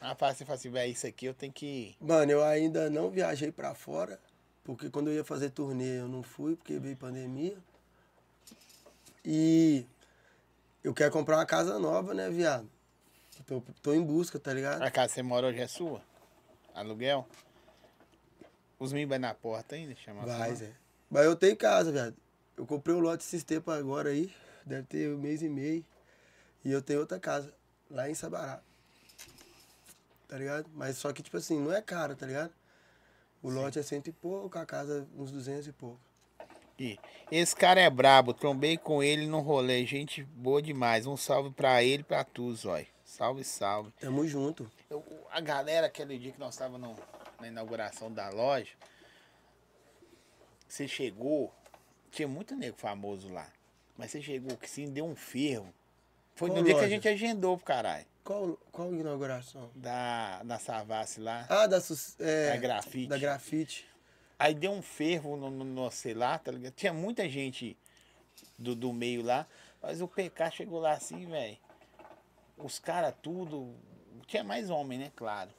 Rapaz, você fala assim, velho, isso aqui eu tenho que. Mano, eu ainda não viajei pra fora, porque quando eu ia fazer turnê eu não fui, porque veio pandemia. E eu quero comprar uma casa nova, né, viado? Tô, tô em busca, tá ligado? A casa que você mora hoje é sua? Aluguel? Os meninos vai na porta ainda, chamar Vai, Zé. Mas eu tenho casa, viado. Eu comprei um lote esses tempos agora aí, deve ter um mês e meio. E eu tenho outra casa, lá em Sabará. Tá ligado? Mas só que, tipo assim, não é caro, tá ligado? O lote é cento e pouco, a casa uns duzentos e pouco. Ih, Esse cara é brabo, trombei com ele no rolê, gente boa demais. Um salve pra ele e pra tu, Zói. Salve, salve. Tamo junto. Eu- o- a galera, aquele dia que nós tava no- na inauguração da loja, você chegou, tinha muito nego famoso lá, mas você chegou que sim, deu um fervo. Foi no Qual dia que a loja? gente agendou pro caralho, Qual, qual inauguração? da, na Savassi lá, Ah, da, sus- é, da grafite. da grafite. Aí deu um fervo no, no, no sei lá, tá ligado? Tinha muita gente do, do meio lá, mas o PK chegou lá assim, velho. Os caras tudo. Tinha mais homem, né? Claro.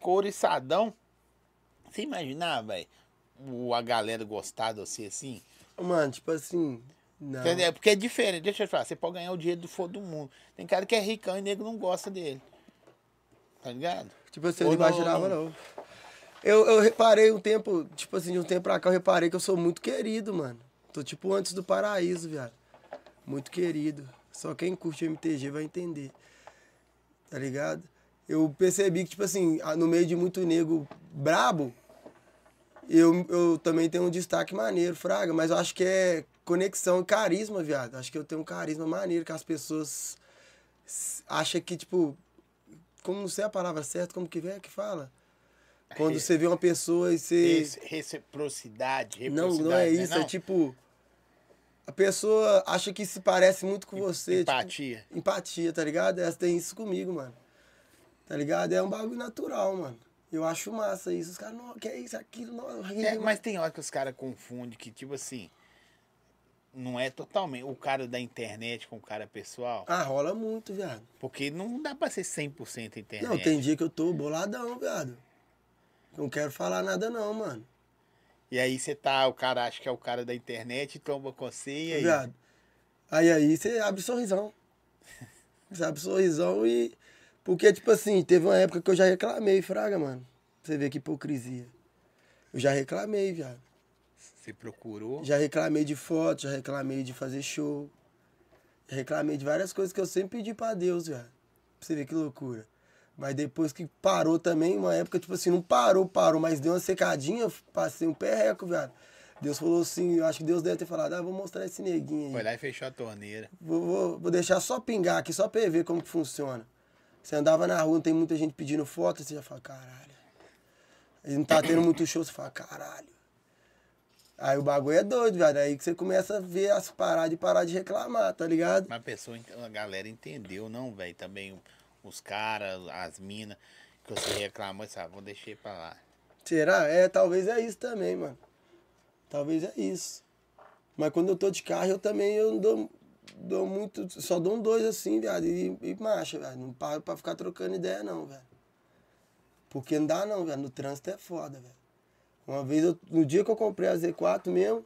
Couriçadão. Você imaginar, velho? o- A galera gostar de você assim? Mano, tipo assim. Não. Entendeu? Porque é diferente. Deixa eu te falar, você pode ganhar o dinheiro do fogo do mundo. Tem cara que é ricão e nego não gosta dele. Tá ligado? Tipo assim, Ou eu não não- imaginava, não. Eu, eu reparei um tempo, tipo assim, de um tempo pra cá, eu reparei que eu sou muito querido, mano. Tô tipo antes do paraíso, viado. Muito querido. Só quem curte o MTG vai entender. tá ligado? Eu percebi que, tipo assim, a- no meio de muito nego brabo, eu, eu também tenho um destaque maneiro, Fraga, mas eu acho que é conexão e carisma, viado. Acho que eu tenho um carisma maneiro que as pessoas s- acham que, tipo, como não sei a palavra certa, como que é que fala? Quando Re- você vê uma pessoa e você. Reci- Reciprocidade, Não, reciprocidade. né? não é isso, não? é tipo. A pessoa acha que se parece muito com você. tipo, Empatia. empatia, tá ligado? Elas têm isso comigo, mano. Tá ligado? É um bagulho natural, mano. Eu acho massa isso. Os caras, não, que é isso, aquilo, não. É, mas tem hora que os caras confundem que, tipo assim, não é totalmente o cara da internet com o cara pessoal. Ah, rola muito, viado. Porque não dá pra ser 100% internet. Não, tem dia que eu tô boladão, viado. Não quero falar nada, não, mano. E aí você tá, o cara acha que é o cara da internet e toma com você e aí. Viado. Aí aí você abre sorrisão. Você abre sorrisão e. Porque, tipo assim, teve uma época que eu já reclamei, Fraga, mano. Você vê que hipocrisia. Eu já reclamei, viado. Você procurou. Já reclamei de foto, já reclamei de fazer show. Já reclamei de várias coisas que eu sempre pedi pra Deus, já. Pra você ver que loucura. Mas depois que parou também, uma época, tipo assim, não parou, parou, mas deu uma secadinha, passei um perreco, viado. Deus falou assim, eu acho que Deus deve ter falado, ah, vou mostrar esse neguinho Foi aí. lá e fechou a torneira. Vou, vou, vou deixar só pingar aqui, só pra ele ver como que funciona. Você andava na rua, não tem muita gente pedindo foto, você já fala, caralho. E não tá tendo muito show, você fala, caralho. Aí o bagulho é doido, viado. Aí que você começa a ver as paradas e parar de reclamar, tá ligado? Mas a pessoa, ent- a galera entendeu, não, velho? Também o- os caras, as minas, que você reclamou, sabe? Vou deixar pra lá. Será? É, talvez é isso também, mano. Talvez é isso. Mas quando eu tô de carro, eu também eu dou, dou muito. Só dou um dois assim, viado. E, e marcha, velho. Não paro pra ficar trocando ideia, não, velho. Porque não dá, não, velho. No trânsito é foda, velho. Uma vez, eu- no dia que eu comprei a Z4 mesmo,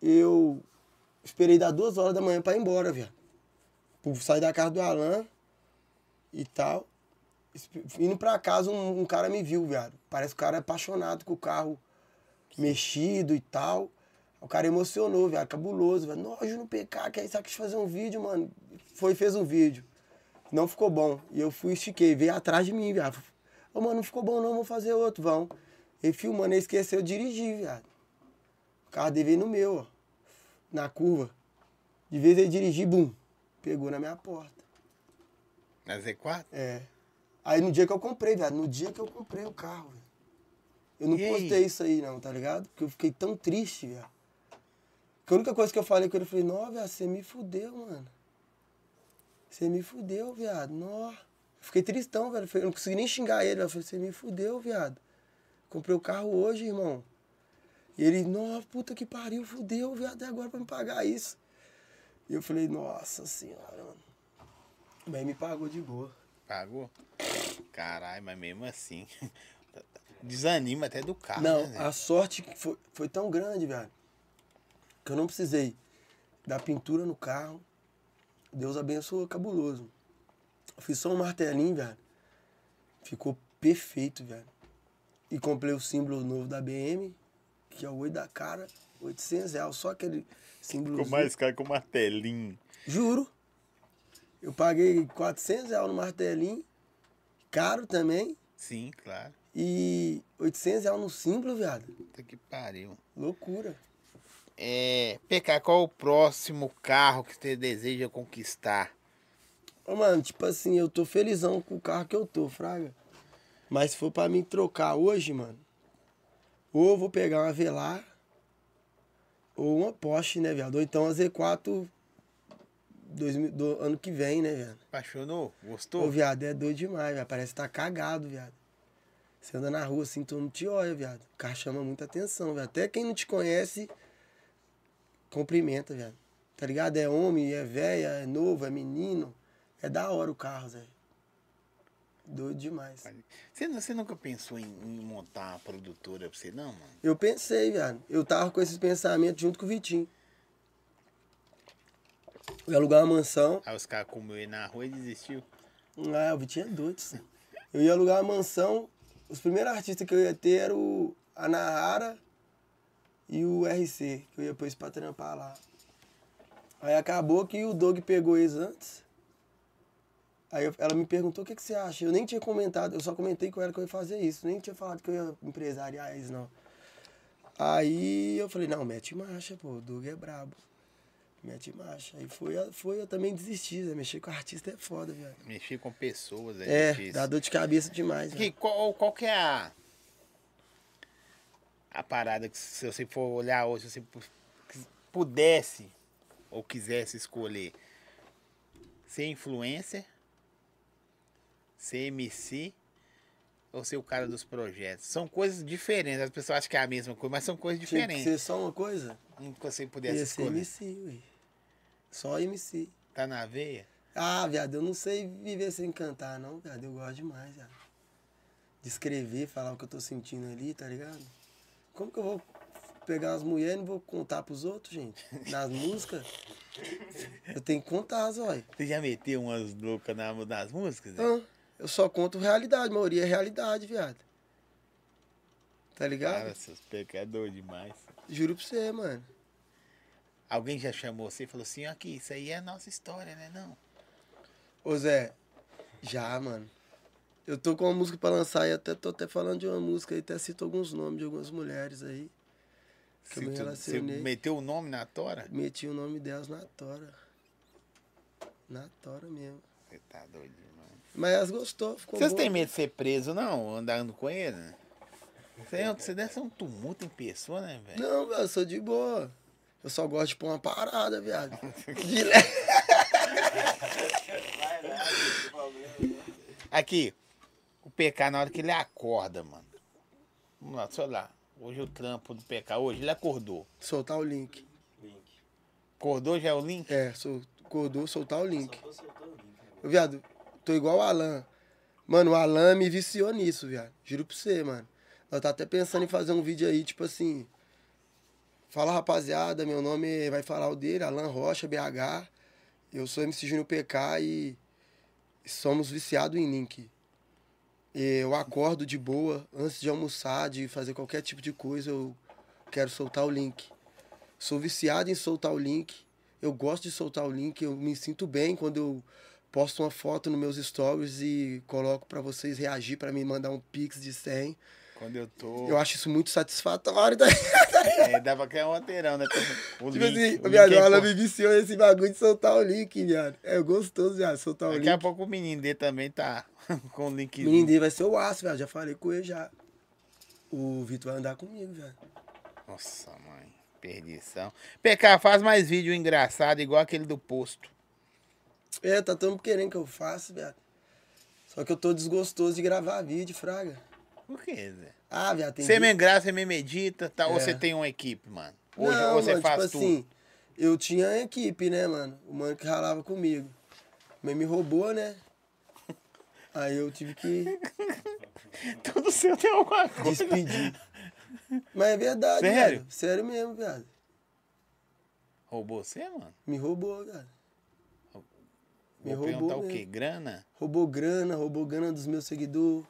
eu esperei dar duas horas da manhã pra ir embora, velho. Por sair da casa do Alan e tal. Esp- Indo pra casa, um, um cara me viu, viado. Parece que o cara é apaixonado com o carro mexido e tal. O cara emocionou, viado, cabuloso, velho. Nojo no PK, que aí só quis fazer um vídeo, mano. Foi e fez um vídeo. Não ficou bom. E eu fui, estiquei, veio atrás de mim, viado. Ô, mano, não ficou bom não, vou fazer outro, vão. E filmando, ele esqueceu de dirigir, viado. O carro dele veio no meu, ó. Na curva. De vez ele dirigir, bum. Pegou na minha porta. Na Z4? É. Aí no dia que eu comprei, velho. No dia que eu comprei o carro, velho. Eu não E aí? postei isso aí, não, tá ligado? Porque eu fiquei tão triste, velho. Que a única coisa que eu falei com ele, eu falei, não, velho, você me fudeu, mano. Você me fudeu, viado. Nó. Fiquei tristão, velho. Eu não consegui nem xingar ele. velho. Eu falei, você me fudeu, viado. Comprei o carro hoje, irmão. E ele, nossa, puta que pariu, fudeu, viado, é agora pra me pagar isso. E eu falei, nossa senhora, mano. Mas me pagou de boa. Pagou? Caralho, mas mesmo assim. Desanima até do carro. Não, né, a sorte que foi, foi tão grande, velho, que eu não precisei da pintura no carro. Deus abençoou, cabuloso. Eu fiz só um martelinho, velho. Ficou perfeito, velho. E comprei o símbolo novo da BM, que é o oi da cara, 800 reais, só aquele símbolo. Ficou mais caro que o martelinho. Juro. Eu paguei 400 reais no martelinho, caro também, Sim, claro. e 800 reais no símbolo, viado. Puta que pariu. Loucura. É, PK, qual o próximo carro que você deseja conquistar? Ô, mano, tipo assim, eu tô felizão com o carro que eu tô, Fraga. Mas se for pra mim trocar hoje, mano, ou eu vou pegar uma Velar, ou uma Porsche, né, viado? Ou então a Z4 2000 do ano que vem, né, viado? Apaixonou? Ô, Gostou? viado, é doido demais, viado. Parece que tá cagado, viado. Você anda na rua assim, todo mundo te olha, viado. O carro chama muita atenção, viado. Até quem não te conhece, cumprimenta, viado. Tá ligado? É homem, é velha, é novo, é menino. É da hora o carro, Zé. Doido demais. Você, nu- você nunca pensou em, em montar uma produtora pra você, não, mano? Eu pensei, viado. Eu tava com esses pensamentos junto com o Vitinho. Eu ia alugar uma mansão. Aí os caras comeu ele na rua e desistiu. Ah, o Vitinho é doido, sim. Eu ia alugar uma mansão. Os primeiros artistas que eu ia ter eram o- a Nahara e o RC, que eu ia pôr isso pra trampar lá. Aí acabou que o Doug pegou eles antes. Aí eu- ela me perguntou o que, que você acha. Eu nem tinha comentado, eu só comentei com ela que eu ia fazer isso. Nem tinha falado que eu ia empresariar isso, não. Aí eu falei, não, mete marcha, pô, o Doug é brabo. Mete marcha. Aí foi, foi eu também desisti, né? Mexer com artista é foda, velho. Mexer com pessoas é, É, difícil. dá dor de cabeça demais, Que, velho. qual, qual que é a, a parada que se você for olhar hoje, se você pu- quis- pudesse ou quisesse escolher ser influencer, ser MC ou ser o cara dos projetos? São coisas diferentes. As pessoas acham que é a mesma coisa, mas são coisas Tinha que diferentes. ser só uma coisa? Um que você pudesse Ia ser escolher. MC, ué. Só MC. Tá na veia? Ah, viado, eu não sei viver sem cantar, não, viado. Eu gosto demais, viado. De escrever, falar o que eu tô sentindo ali, tá ligado? Como que eu vou pegar as mulheres e não vou contar pros outros, gente? Nas músicas? Eu tenho que contar, zóio. Você já meteu umas loucas na- nas músicas? Né? Hã? Eu só conto realidade, a maioria é realidade, viado. Tá ligado? Cara, seus pecadores demais. Juro pra você, mano. Alguém já chamou você e falou assim, aqui, isso aí é a nossa história, né? Não. Ô Zé, já, mano. Eu tô com uma música pra lançar e até tô até falando de uma música e até cito alguns nomes de algumas mulheres aí. Que Se eu me tu- Você relacionei. meteu o nome na tora? Meti o nome delas na tora. Na tora mesmo. Você tá doido, mano. Mas elas gostou, ficou Vocês bom. têm medo de ser preso, não? Andando com ele? né? Você, é, você deve ser um tumulto em pessoa, né, velho? Não, velho, eu sou de boa. Eu só gosto de pôr uma parada, viado. De leve. Vai, né? Não tem problema, né? Aqui, o PK, na hora que ele acorda, mano. Vamos lá, deixa eu olhar. Hoje o trampo do PK, hoje ele acordou. Soltar o link. Link. Acordou já é o link? É, sol... acordou, soltar o link. Soltou, soltou o link. né? Ô, Viado, tô igual o Alan. Mano, o Alan me viciou nisso, viado. Juro pra você, mano. Nós tá até pensando em fazer um vídeo aí, tipo assim. Fala, rapaziada, meu nome é- vai falar o dele, Alan Rocha, BH. Eu sou MC Júnior PK e somos viciados em link. Eu acordo de boa, antes de almoçar, de fazer qualquer tipo de coisa, eu quero soltar o link. Sou viciado em soltar o link. Eu gosto de soltar o link, eu me sinto bem quando eu posto uma foto nos meus stories e coloco pra vocês reagir, pra me mandar um pix de 100. Quando eu tô. Eu acho isso muito satisfatório. Tá? É, dá pra criar um alterão, né? O Tipo assim, link, o viado, link é ela impor- me viciou esse bagulho de soltar o link, viado. É gostoso, viado, soltar o Daqui a link. pouco o menino dele também tá com o link. O menino dele vai ser o aço, viado. Já falei com ele já. O Vitor vai andar comigo, viado. Nossa, mãe. Perdição. PK, faz mais vídeo engraçado, igual aquele do posto. É, tá todo mundo querendo que eu faça, viado. Só que eu tô desgostoso de gravar vídeo, fraga. Por quê, Zé? Ah, viado, tem Você é dia- mesmo grava, você mesmo medita, tá? ou É. você tem uma equipe, mano? Ou, Não, ou você mano, faz tipo tudo? assim, eu tinha a equipe, né, mano? O mano que ralava comigo. Mas me roubou, né? Aí eu tive que Tudo seu tem alguma coisa. despedir. Mas é verdade, Sério? velho. Sério mesmo, viado. Roubou você, mano? Me roubou, velho. Me Vou roubou perguntar o mesmo. quê? Grana? Roubou grana, roubou grana dos meus seguidores.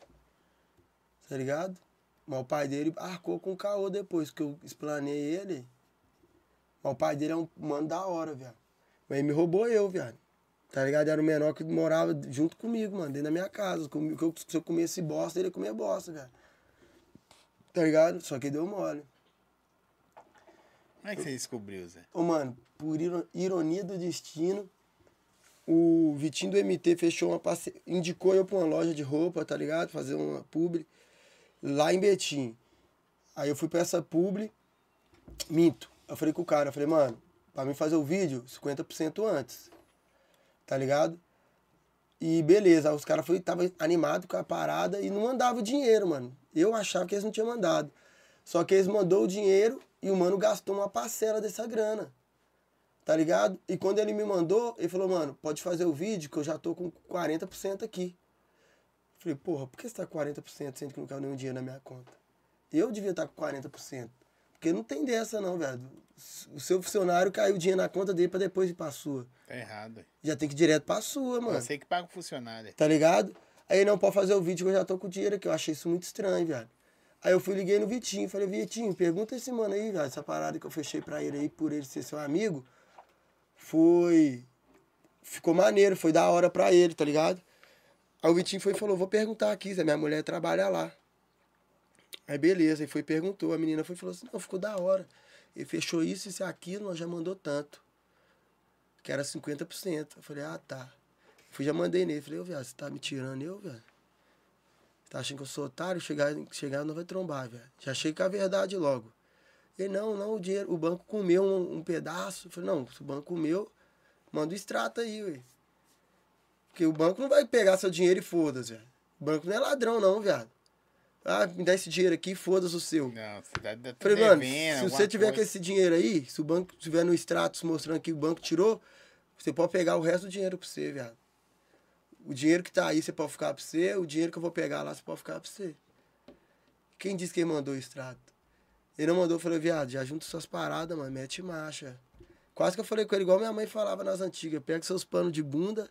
Tá ligado? Mas o pai dele arcou com o caô depois que eu explanei ele. Mas o pai dele é um mano da hora, viado. Mas ele me roubou eu, viado. Tá ligado? Era o menor que morava junto comigo, mano, dentro da minha casa. Comi- que eu- Se eu comesse bosta, ele ia comer bosta, viado. Tá ligado? Só que deu mole. Como é que você descobriu, Zé? Ô, mano, por iro- ironia do destino, o Vitinho do MT fechou uma parceria. Indicou eu pra uma loja de roupa, tá ligado? Fazer uma publi lá em Betim. Aí eu fui pra essa publi, minto. Eu falei com o cara, eu falei, mano, pra mim fazer o vídeo, 50% antes. Tá ligado? E beleza, aí os caras estavam animados com a parada e não mandava o dinheiro, mano. Eu achava que eles não tinham mandado. Só que eles mandou o dinheiro e o mano gastou uma parcela dessa grana. Tá ligado? E quando ele me mandou, ele falou, mano, pode fazer o vídeo que eu já tô com 40% aqui. Falei, porra, por que você tá com 40% sendo que não caiu nenhum dinheiro na minha conta? Eu devia estar com 40%. Porque não tem dessa não, velho. O seu funcionário caiu o dinheiro na conta dele pra depois ir pra sua. Tá errado. Já tem que ir direto pra sua, mano. Você que paga o funcionário. Tá ligado? Aí não pode fazer o vídeo que eu já tô com o dinheiro aqui. Eu achei isso muito estranho, viado. Aí eu fui liguei no Vitinho, falei, Vitinho, pergunta esse mano aí, viado, essa parada que eu fechei pra ele aí, por ele ser seu amigo, foi. Ficou maneiro, foi da hora pra ele, tá ligado? Aí o Vitinho foi e falou, vou perguntar aqui, se a minha mulher trabalha lá. Aí beleza, e foi e perguntou, a menina foi e falou assim, não, ficou da hora. Ele fechou isso, isso e aquilo, nós já mandou tanto. Que era 50%. Eu falei, ah, tá. Fui, já mandei nele. Falei, ô, viado, você tá me tirando eu, viado? Tá achando que eu sou otário? Chegar, chegar não vai trombar, viado. Já cheguei com a verdade logo. Ele, não, não, o dinheiro, o banco comeu um, um pedaço. Eu falei, não, se o banco comeu, manda o extrato aí, ué. Porque o banco não vai pegar seu dinheiro e foda-se, viado. O banco não é ladrão, não, viado. Ah, me dá esse dinheiro aqui, foda-se o seu. Não, você tá, tá Falei, mano, devendo se alguma você tiver com coisa. esse dinheiro aí, se o banco tiver no extratos mostrando que o banco tirou, você pode pegar o resto do dinheiro pra você, viado. O dinheiro que tá aí você pode ficar pra você, o dinheiro que eu vou pegar lá você pode ficar pra você. Quem disse que ele mandou o extrato? Ele não mandou, eu falei, viado, já junta suas paradas, mano, mete marcha. Quase que eu falei com ele, igual minha mãe falava nas antigas, pega seus panos de bunda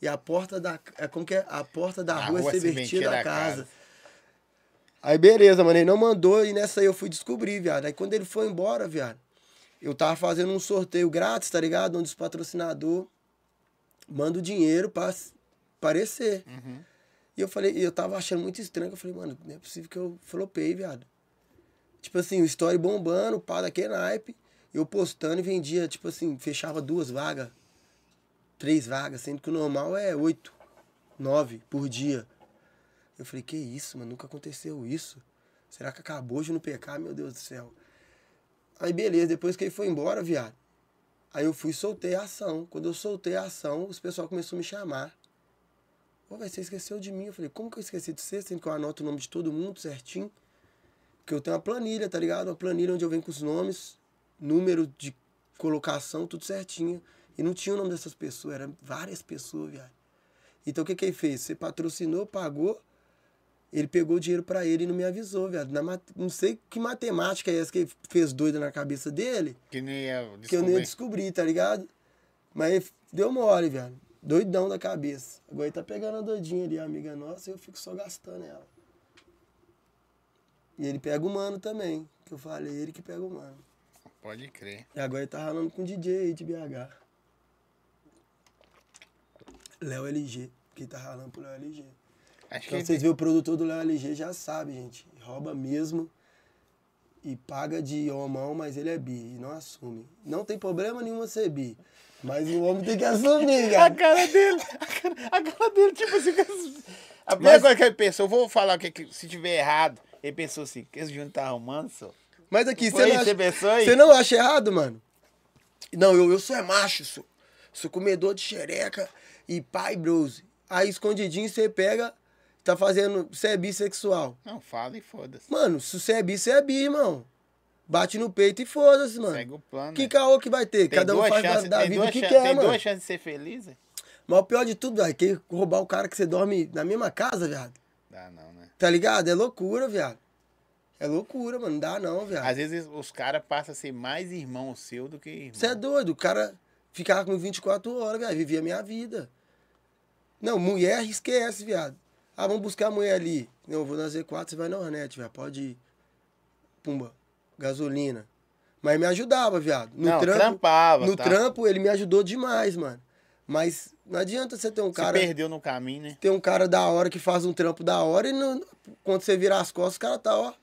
e a porta da. É, como que é? A porta da A rua, é rua se se vertia vertia da, da casa. casa. Aí beleza, mano, ele não mandou e nessa aí eu fui descobrir, viado. Aí quando ele foi embora, viado, eu tava fazendo um sorteio grátis, tá ligado? Onde os patrocinadores mandam o dinheiro pra s- aparecer. E eu falei, e eu tava achando muito estranho, que eu falei, mano, não é possível que eu flopei, viado. Tipo assim, o story bombando, pá, daquele naipe. Eu postando e vendia, tipo assim, fechava duas vagas, três vagas, sendo que o normal é oito, nove por dia. Eu falei, que isso, mano, nunca aconteceu isso. Será que acabou de não pecar, meu Deus do céu? Aí beleza, depois que ele foi embora, viado. Aí eu fui e soltei a ação. Quando eu soltei a ação, os pessoal começou a me chamar. Ô, velho, você esqueceu de mim. Eu falei, como que eu esqueci de você, sendo que eu anoto o nome de todo mundo certinho? Porque eu tenho uma planilha, tá ligado? Uma planilha onde eu venho com os nomes, número de colocação, tudo certinho. E não tinha o nome dessas pessoas, eram várias pessoas, viado. Então o que que ele fez? Você patrocinou, pagou, ele pegou o dinheiro pra ele e não me avisou, viado. Na mat- Não sei que matemática é essa que ele fez doida na cabeça dele, Que nem ia que eu nem descobrir. descobri, tá ligado? Mas ele deu mole, velho. Doidão da cabeça. Agora ele tá pegando a doidinha ali, a amiga nossa, e eu fico só gastando ela. E ele pega o mano também, que eu falei, ele que pega o mano. Pode crer. E agora ele tá ralando com o DJ aí de BH. Léo LG, que tá ralando pro Léo LG. Acho que Então vocês viram o produtor do Léo LG já sabe, gente. Rouba mesmo e paga de homão, mas ele é bi e não assume. Não tem problema nenhum ser bi. Mas o homem tem que assumir, A cara. cara dele, a cara, a cara dele, tipo assim. que as- A primeira Mas- coisa que ele pensou, vou falar o que, que- se tiver errado. Ele pensou assim, que esse Júnior tá arrumando, só. Mas aqui, Foi você não, isso, acha, você pensou aí? você não acha errado, mano? Não, eu, eu sou é macho, sou. Sou comedor de xereca e pai, bros. Aí escondidinho você pega, tá fazendo. Você é bissexual. Não, fala e foda-se. Mano, se você é bi, você é bi, irmão. Bate no peito e foda-se, mano. Segue o plano. Que né? caô que vai ter? Tem Cada um duas faz chances- da, da tem vida o duas que chan- quer, Tem mano. duas chances de ser feliz? né? Mas o pior de tudo, velho, é que roubar o cara que você dorme na mesma casa, viado. Dá não, né? Tá ligado? É loucura, viado. É loucura, mano. Não dá não, viado. Às vezes os caras passam a ser mais irmão seu do que irmão. Você é doido. O cara ficava com 24 horas, viado. Vivia a minha vida. Não, mulher esquece, viado. Ah, vamos buscar a mulher ali. Não, eu vou na Z4, você vai na Hornet, viado. Pode ir. Pumba. Gasolina. Mas me ajudava, viado. No não, trampo, trampava. no tá. trampo, ele me ajudou demais, mano. Mas não adianta você ter um Se cara... perdeu no caminho, né? Tem um cara da hora que faz um trampo da hora e não- quando você virar as costas, o cara tá, ó.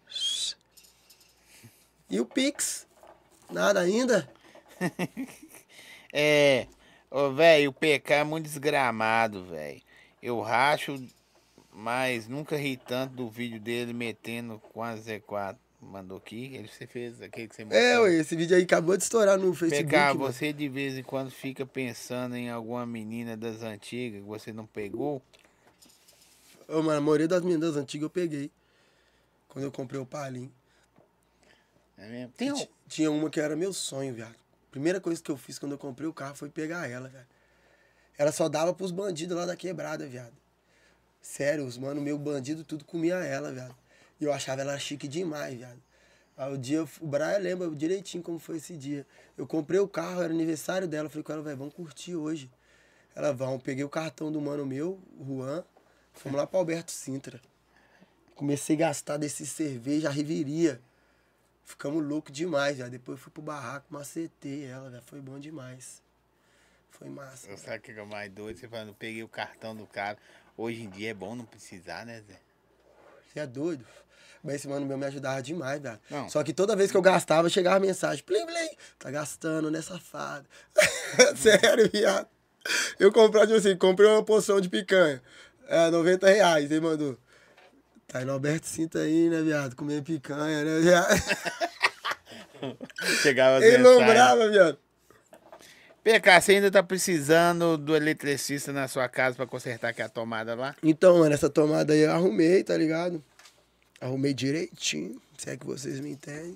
E o Pix? Nada ainda? É, ô, velho, o PK é muito desgramado, velho. Eu racho, mas nunca ri tanto do vídeo dele metendo com a Z4. Mandou aqui, ele você fez aquele que você mandou. É, ué, esse vídeo aí acabou de estourar no Facebook. né? PK, mano. você de vez em quando fica pensando em alguma menina das antigas que você não pegou? Ô, mano, a maioria das meninas antigas eu peguei. Quando eu comprei o Palim. É mesmo? Tem um... Ti- Tinha uma que era meu sonho, viado. Primeira coisa que eu fiz quando eu comprei o carro foi pegar ela, velho. Ela só dava pros bandidos lá da quebrada, viado. Sério, os mano, meu bandido, tudo comia ela, viado. E eu achava ela chique demais, viado. Aí o dia, eu fu- o Brian lembra direitinho como foi esse dia. Eu comprei o carro, era aniversário dela. eu Falei com ela, velho, vamos curtir hoje. Ela, vão, peguei o cartão do mano meu, o Juan. Fomos lá pra Alberto Sintra. Comecei a gastar desse cerveja, a reviria. Ficamos loucos demais, já. Depois eu fui pro barraco, macetei ela, já. Foi bom demais. Foi massa. Sabe o que é o mais doido? Você falando, peguei o cartão do cara. Hoje em dia é bom não precisar, né, Zé? Você é doido. Mas esse mano meu me ajudava demais, velho. Não. Só que toda vez que eu gastava, chegava a mensagem. Plim, plim. Tá gastando, né, safado? Sério, viado. Eu comprava, tipo assim, comprei uma poção de picanha. É, 90 reais. Ele mandou. Tá no Alberto Sinta aí, né, viado? Comendo picanha, né, viado? Chegava as Ele mensagens. lembrava, viado. PK, você ainda tá precisando do eletricista na sua casa pra consertar aqui a tomada lá? Então, mano, essa tomada aí eu arrumei, tá ligado? Arrumei direitinho, se é que vocês me entendem.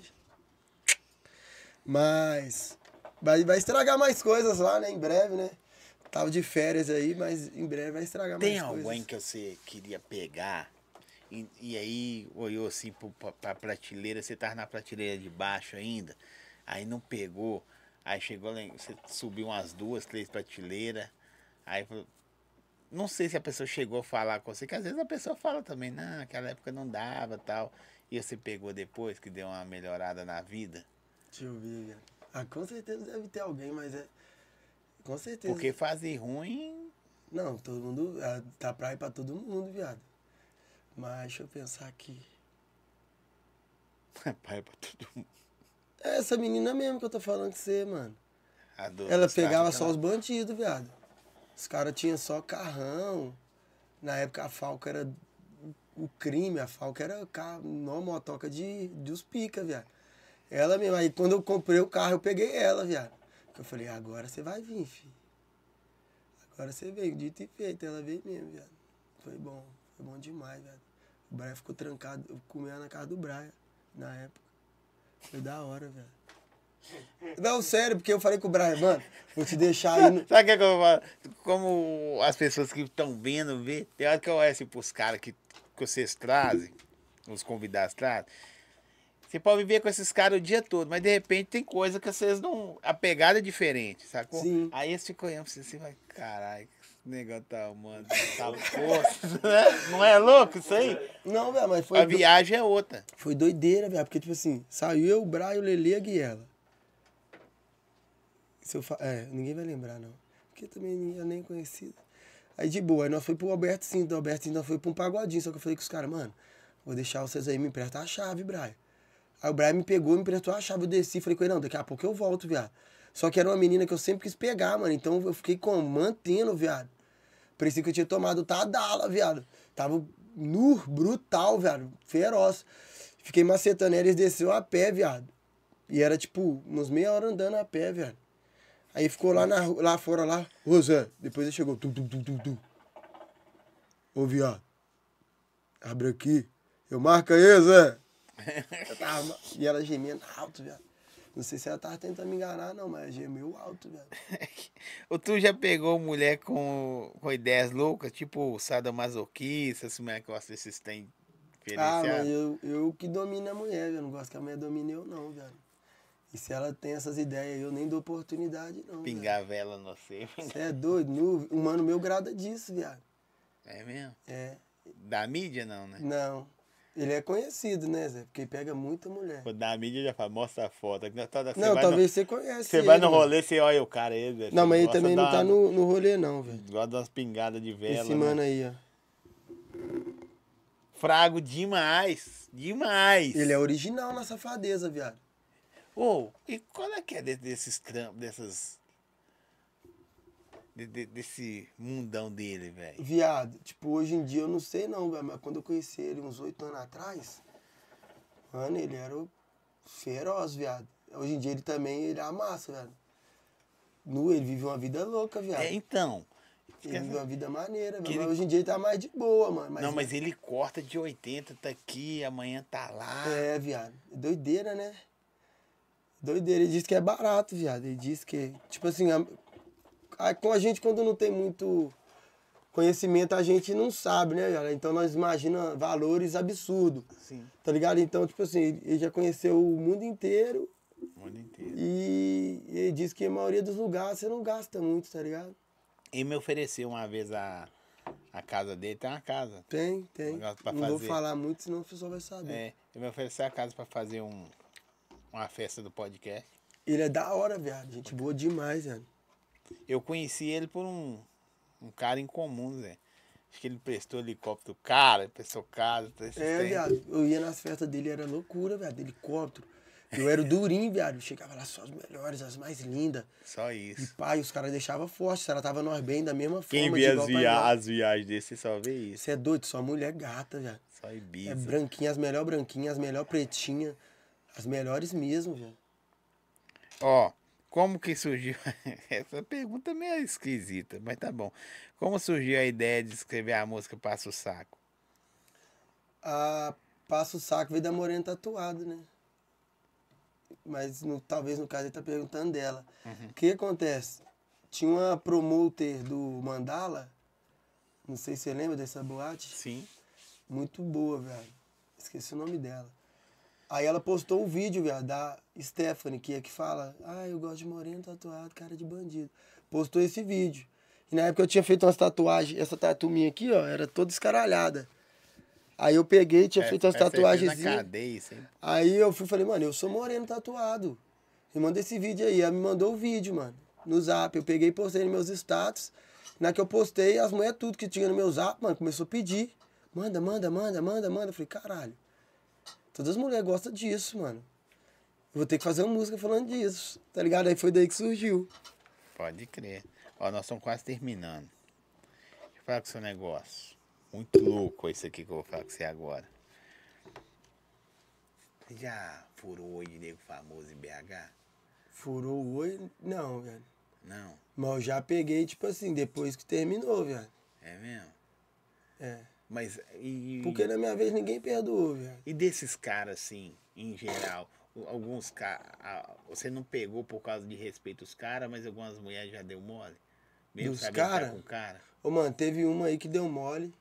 Mas vai, vai estragar mais coisas lá, né? Em breve, né? Tava de férias aí, mas em breve vai estragar Tem mais coisas. alguém que você queria pegar e, e aí olhou assim pro, pra, pra prateleira, você tava na prateleira de baixo ainda, aí não pegou, aí chegou lá, em- você subiu umas duas, três prateleiras, aí falou. Não sei se a pessoa chegou a falar com você, que às vezes a pessoa fala também, não, naquela época não dava tal. E você pegou depois que deu uma melhorada na vida. Deixa eu ver, viado. Ah, com certeza deve ter alguém, mas é. Com certeza. Porque fazer ruim. Não, todo mundo. ah, Tá praia pra todo mundo, viado. Mas deixa eu pensar aqui. Pai, é pra todo mundo. É essa menina mesmo que eu tô falando com você, mano. A do- Ela do Sarto, pegava que só ela- os bandidos, viado. Os caras tinham só carrão. Na época a falca era o crime, a falca era ca- nó motoca de, dos pica, viado. Ela mesmo. Aí quando eu comprei o carro, eu peguei ela, viado. Eu falei, agora você vai vir, filho. Agora você veio, dito e feito. Ela veio mesmo, viado. Foi bom, foi bom demais, viado. O Braia ficou trancado, eu comia na casa do Braia, na época. Foi da hora, velho. Não, sério, porque eu falei com o Brian, mano, vou te deixar aí. No... Sabe o que, é que eu falo? Como as pessoas que estão vendo, vê, tem hora que eu olho assim pros caras que, que vocês trazem, os convidados trazem. Você pode viver com esses caras o dia todo, mas de repente tem coisa que vocês não. A pegada é diferente, sacou? Sim. Aí eles ficam olhando pra você assim, vai, caralho, que esse negócio tá, mano, tá força, né? Não é louco isso aí? Não, velho, mas foi, A viagem é outra. foi doideira, velho, porque, tipo assim, saiu eu, o Brian, o Lele e a Guiela. Se eu fa... É, ninguém vai lembrar, não. Porque também ninguém é nem conhecido. Aí, de boa, aí nós foi pro Alberto Cinto, do Alberto Cinto nós foi pra um pagodinho, só que eu falei com os caras, mano, vou deixar vocês aí, me empresta a chave, Brian. Aí o Brian me pegou, me emprestou a chave, eu desci. Falei com ele, não, daqui a pouco eu volto, viado. Só que era uma menina que eu sempre quis pegar, mano. Então eu fiquei com mantendo, viado. Parecia que eu tinha tomado Tadala, viado. Tava nu, brutal, viado. Feroz. Fiquei macetando ela, eles desceu a pé, viado. E era tipo, uns meia hora andando a pé, viado. Aí ficou lá, na, ru- lá fora, lá. Ô, Zé. Depois ele chegou. Tum, tum, tum, tum, tum. Ô, viado. Abre aqui. Eu marco aí, Zé. Eu tava- E ela gemendo alto, viado. Não sei se ela tava tentando me enganar, não, mas gemeu alto, viado. Ou tu já pegou mulher com, com ideias loucas, tipo sadomasoquista, assim, mas que vocês têm Ah, diferenciado? mas eu, eu que domino a mulher, viado. Não gosto que a mulher domine eu, não, viado. E se ela tem essas ideias, eu nem dou oportunidade, não. Pingar vela no você. Você é doido? Nu- O mano meu grada disso, viado. É mesmo? É. Da mídia não, né? Não. Ele é conhecido, né, Zé? Porque pega muita mulher. Pô, da mídia já fala, mostra a foto. Aqui, toda- Você Não, vai talvez no, você conhece. Você vai ele, no mano. rolê, você olha o cara aí, velho. Não, Você mas ele gosta também não da- tá no, no rolê, não, velho. Gosta das pingadas de vela. Esse né? mano aí, ó. Frago demais. Demais. Ele é original na safadeza, viado. Ô, e qual é que é de- desses trampos, dessas. de- de- desse mundão dele, velho? Viado, tipo, hoje em dia eu não sei não, velho, mas quando eu conheci ele uns oito anos atrás, mano, ele era o feroz, viado. Hoje em dia ele também, ele é amassa, viado. Nu, ele vive uma vida louca, viado. É, então. ele vive uma vida maneira, que velho. Mas ele- hoje em dia ele tá mais de boa, mano. não, mas ele corta de 80, tá aqui, amanhã tá lá. É, viado. Doideira, né? Doideira. Ele diz que é barato, viado. Ele diz que. Tipo assim, a- a- com a gente, quando não tem muito conhecimento, a gente não sabe, né, viado? Então nós imagina valores absurdos. Sim, Tá ligado? Então, tipo assim, ele ele já conheceu o mundo inteiro o mundo inteiro. e ele diz que a maioria dos lugares você não gasta muito, tá ligado? Ele me ofereceu uma vez a, a casa dele, tem uma casa. Tem, tem. Não Negócio pra vou fazer. falar muito, senão o pessoal vai saber. É, ele me ofereceu a casa pra fazer um, uma festa do podcast. Ele é da hora, viado. Gente boa demais, velho. Eu conheci ele por um, um cara em comum, Zé. Acho que ele prestou helicóptero cara, prestou casa, prestou É, viado. Eu ia nas festas dele, era loucura, viado. Helicóptero. Eu era o durinho, viado. Chegava lá só as melhores, as mais lindas. Só E isso. pai, os caras deixavam forte. Ela tava nós bem da mesma Quem forma. vê de as, igual pra via- igual. as viagens desse, você só vê isso. Você é doido, sua mulher é gata, viado. Só É Ibiza. branquinha, as melhor branquinhas, as melhor pretinha. As melhores mesmo, viado. Ó, como que surgiu. Essa pergunta é meio esquisita, mas tá bom. Como surgiu a ideia de escrever a música Passa o Saco? a Passa o Saco veio da Morena Tatuado, né? Mas no- talvez no caso ele tá perguntando dela. O que acontece? Tinha uma promoter do Mandala, não sei se você lembra dessa boate, Sim. muito boa, velho. Esqueci o nome dela. Aí ela postou um vídeo, velho, da Stephanie, que é que fala, ah, eu gosto de moreno tatuado, cara de bandido. Postou esse vídeo. E na época eu tinha feito umas tatuagens, essa tatu minha aqui, ó, era toda escaralhada. Aí eu peguei, É, tinha feito umas né, tatuagens. Na cadeia, isso aí. Aí eu fui falei, mano, eu sou moreno tatuado. Me manda esse vídeo aí. Ela me mandou o vídeo, mano. No zap. Eu peguei e postei nos meus status. Na que eu postei, as mulheres tudo que tinha no meu zap, mano, começou a pedir. Manda, manda, manda, manda, manda. Eu falei, caralho. Todas as mulheres gostam disso, mano. Eu vou ter que fazer uma música falando disso, tá ligado? Aí foi daí que surgiu. Pode crer. Ó, nós estamos quase terminando. Deixa eu falar com o seu negócio. Muito louco isso aqui que eu vou falar com você agora. Você já furou o olho de nego famoso em BH? Furou o oi? Não, velho. Não? Mas eu já peguei, tipo assim, depois que terminou, velho. É mesmo? É. Mas e, Porque na minha vez ninguém perdoou, velho. e desses caras, assim, em geral? O- Alguns caras. Você não pegou por causa de respeito os caras, mas algumas mulheres já deu mole? Mesmo Dos sabendo que tá cara? com o cara? Ô, mano, teve uma aí que deu mole.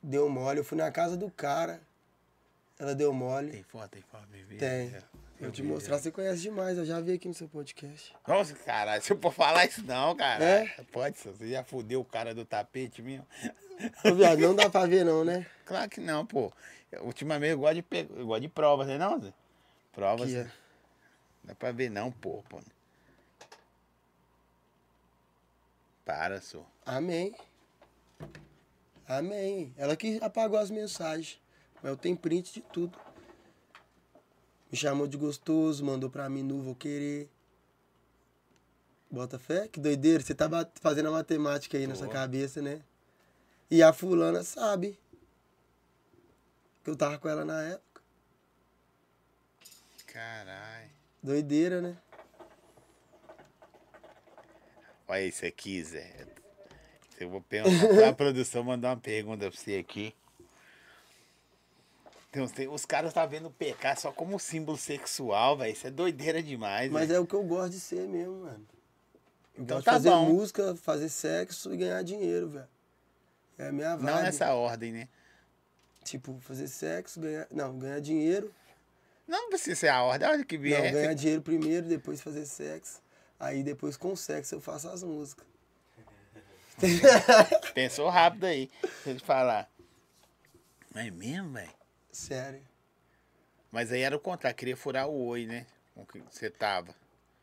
Deu mole. Eu fui na casa do cara. Ela deu mole. Tem foto, tem foto, bebê? Tem. Vou te mostrar, você conhece demais. Eu já vi aqui no seu podcast. Nossa, caralho, você não pode falar isso não, cara. É? Pode, senhor. você já fudeu o cara do tapete mesmo? Ô, viado, não dá pra ver, não, né? Claro que não, pô. Eu, Ultimamente eu gosto de, pe... eu gosto de provas, né não, Zé? Provas. Aqui, ó. não dá pra ver não, pô, pô. Para, senhor. Amém. Amém. Ela que apagou as mensagens. Mas eu tenho print de tudo. Me chamou de gostoso, mandou pra mim nu, vou querer. Bota fé? Que doideira. Você tá ba- fazendo a matemática aí na sua Tô. cabeça, né? E a fulana sabe. Que eu tava com ela na época. Caralho. Doideira, né? Olha isso aqui, Zé. é. Eu vou perguntar pra produção, mandar uma pergunta pra você aqui. Tem uns- tem- os caras tá vendo o PK só como símbolo sexual, velho. Isso é doideira demais, Mas né? é o que eu gosto de ser mesmo, mano. Eu Então gosto tá de fazer bom. música, fazer sexo e ganhar dinheiro, velho. É a minha vibe. Não nessa ordem, né? Tipo, fazer sexo, ganhar. Não, ganhar dinheiro. Não precisa ser a ordem, olha que Não, vier. ganhar dinheiro primeiro, depois fazer sexo. Aí depois com sexo eu faço as músicas. é. Pensou rápido aí. Deixa eu te falar. Não é mesmo, velho? Sério. Mas aí era o contrário, queria furar o oi, né? Com que você tava.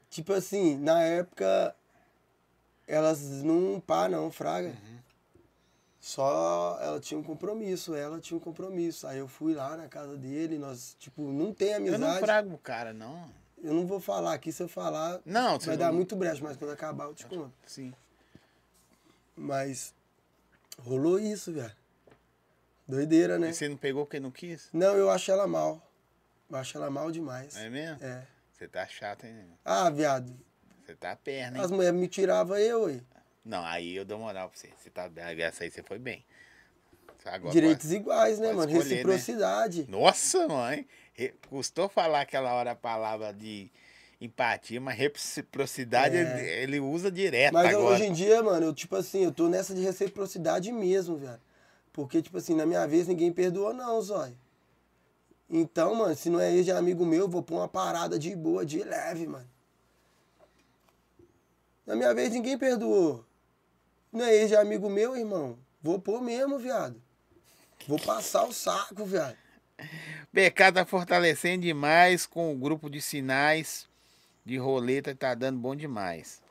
Tipo assim, na época elas não pá não, fraga. Uhum. Só ela tinha um compromisso, ela tinha um compromisso. Aí eu fui lá na casa dele, nós, tipo, não tem Eu amizade. não frago o cara, não. Eu não vou falar aqui, se eu falar, Não, você vai dar não- muito brecha, mas quando acabar eu te conto. Sim. Mas rolou isso, velho. Doideira, né? E você não pegou porque não quis? Não, eu acho ela mal. Eu acho ela mal demais. Não é mesmo? É. Você tá chato, hein? Ah, viado. Você tá a perna, hein? As mulheres me tiravam eu, ué. Não, aí eu dou moral pra você. Você tá bem, essa aí você foi bem. Só Agora, Direitos iguais, né, pode mano? escolher, né? Reciprocidade. Nossa, mãe. Re- Custou falar aquela hora a palavra de empatia, mas reciprocidade É. ele, ele usa direto Mas eu- É, agora. hoje em dia, mano, eu, tipo assim, eu tô nessa de reciprocidade mesmo, velho. Porque, tipo assim, na minha vez ninguém perdoou, não, Zói. Então, mano, se não é ex de amigo meu, eu vou pôr uma parada de boa, de leve, mano. Na minha vez ninguém perdoou. Não é ex de amigo meu, irmão. Vou pôr mesmo, viado. Vou passar o saco, viado. BK tá fortalecendo demais com o grupo de sinais de roleta, tá dando bom demais.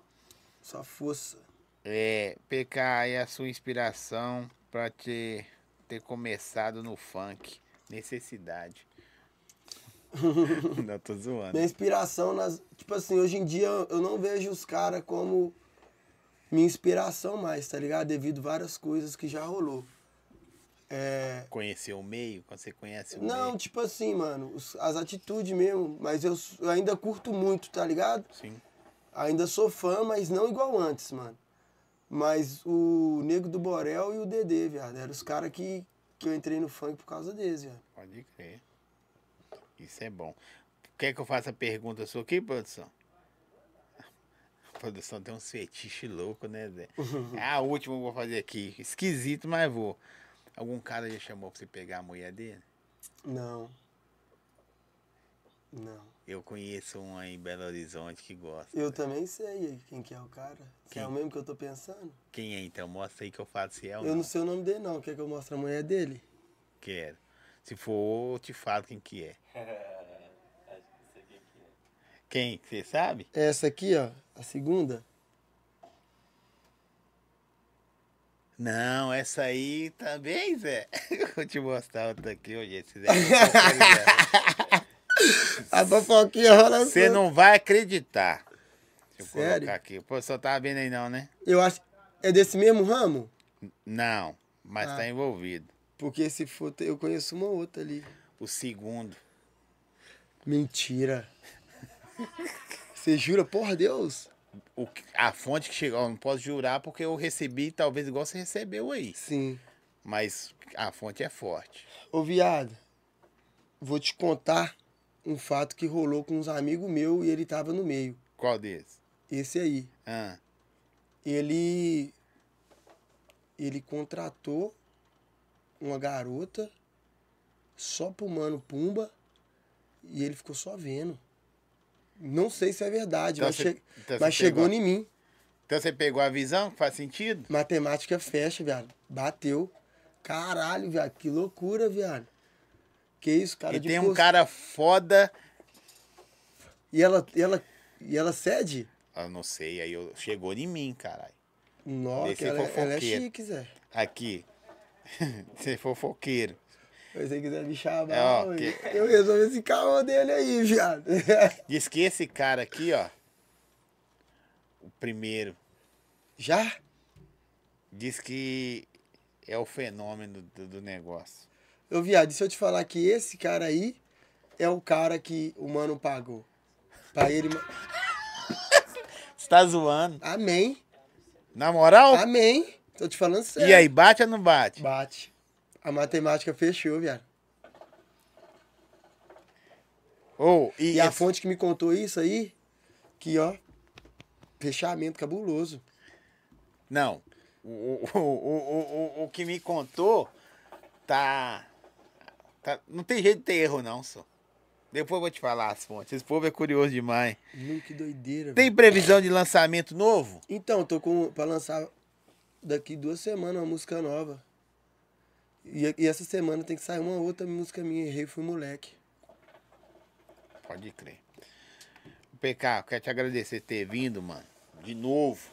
Só força. É, PK é a sua inspiração pra te ter começado no funk. Necessidade. não, tô zoando. Minha inspiração nas. Tipo assim, hoje em dia eu não vejo os caras como minha inspiração mais, tá ligado? Devido várias coisas que já rolou. É, Conhecer o meio? Quando você conhece o Não, meio. tipo assim, mano, os- as atitudes mesmo, mas eu, s- eu ainda curto muito, tá ligado? Sim. Ainda sou fã, mas não igual antes, mano. Mas o Nego do Borel e o Dedê, viado, eram os caras que, que eu entrei no funk por causa deles, viado. Pode crer. Isso é bom. Quer que eu faça a pergunta sua aqui, produção? A produção tem uns fetiches loucos, né, Zé? É a última que eu vou fazer aqui. Esquisito, mas vou. Algum cara já chamou pra você pegar a mulher dele? Não. Não. Eu conheço um aí em Belo Horizonte que gosta. Eu também sei quem que é o cara. Se Quem? é o mesmo que eu tô pensando? Quem é então? Mostra aí que eu faço se é ou eu não. não sei o nome dele, não. Quer que eu mostre a mulher dele? Quero. Se for, eu te falo quem que é. Acho que sei quem que é. Quem? Você sabe? É Essa aqui, ó. A segunda. Não, essa aí também, Zé. Vou te mostrar outra aqui hoje. Esse Zé. Tá é A fofoquinha rola assim. Você solta. não vai acreditar. Deixa eu Sério? colocar aqui. Pô, só tava vendo aí não, né? Eu acho. É desse mesmo ramo? Não, mas Ah. tá envolvido. Porque se for, eu conheço uma outra ali. O segundo. Mentira. Você jura por Deus? O, que- a fonte que chegou, eu não posso jurar porque eu recebi, talvez igual você recebeu aí. Sim. Mas a fonte é forte. Ô, viado, vou te contar um fato que rolou com uns amigos meus e ele tava no meio. Qual deles? Esse aí. Ah, ele ele contratou uma garota só pro mano Pumba e ele ficou só vendo. Não sei se é verdade, Então mas, cê- che- então cê mas chegou pegou. em mim. Então você pegou a visão? Faz sentido? Matemática fecha, viado. Bateu. Caralho, viado. Que loucura, viado. Que isso, cara. e de tem um post- cara foda. E ela, e ela, e ela cede? Eu não sei, aí eu, chegou em mim, caralho. Esse Nossa, ela, é- ela é fofoqueiro. chique, Zé. Aqui. Você fofoqueiro. Se você quiser me chamar, É, ó, eu- que- eu resolvo esse caô dele aí, viado. Diz que esse cara aqui, ó. O primeiro. Já? Diz que é o fenômeno do, do negócio. Eu, viado, e se eu te falar que esse cara aí é o cara que o mano pagou. Pra ele. ma- Você tá zoando. Amém. Na moral? Tá Amém. Tô te falando sério. e aí, bate ou não bate? Bate. A matemática fechou, viado. Ou, E, e, a esse- fonte que me contou isso aí, que ó, fechamento cabuloso. Não. O, o, o, o, o, o que me contou tá, tá- Não tem jeito de ter erro, não, só. Depois eu vou te falar as fontes. Esse povo é curioso demais. Nu, Hum, que doideira, Tem velho. previsão de lançamento novo? Então, tô com. pra lançar daqui duas semanas uma música nova. E, e essa semana tem que sair uma outra música minha, Errei Fui Moleque. Pode crer. PK, eu quero te agradecer ter vindo, mano. De novo.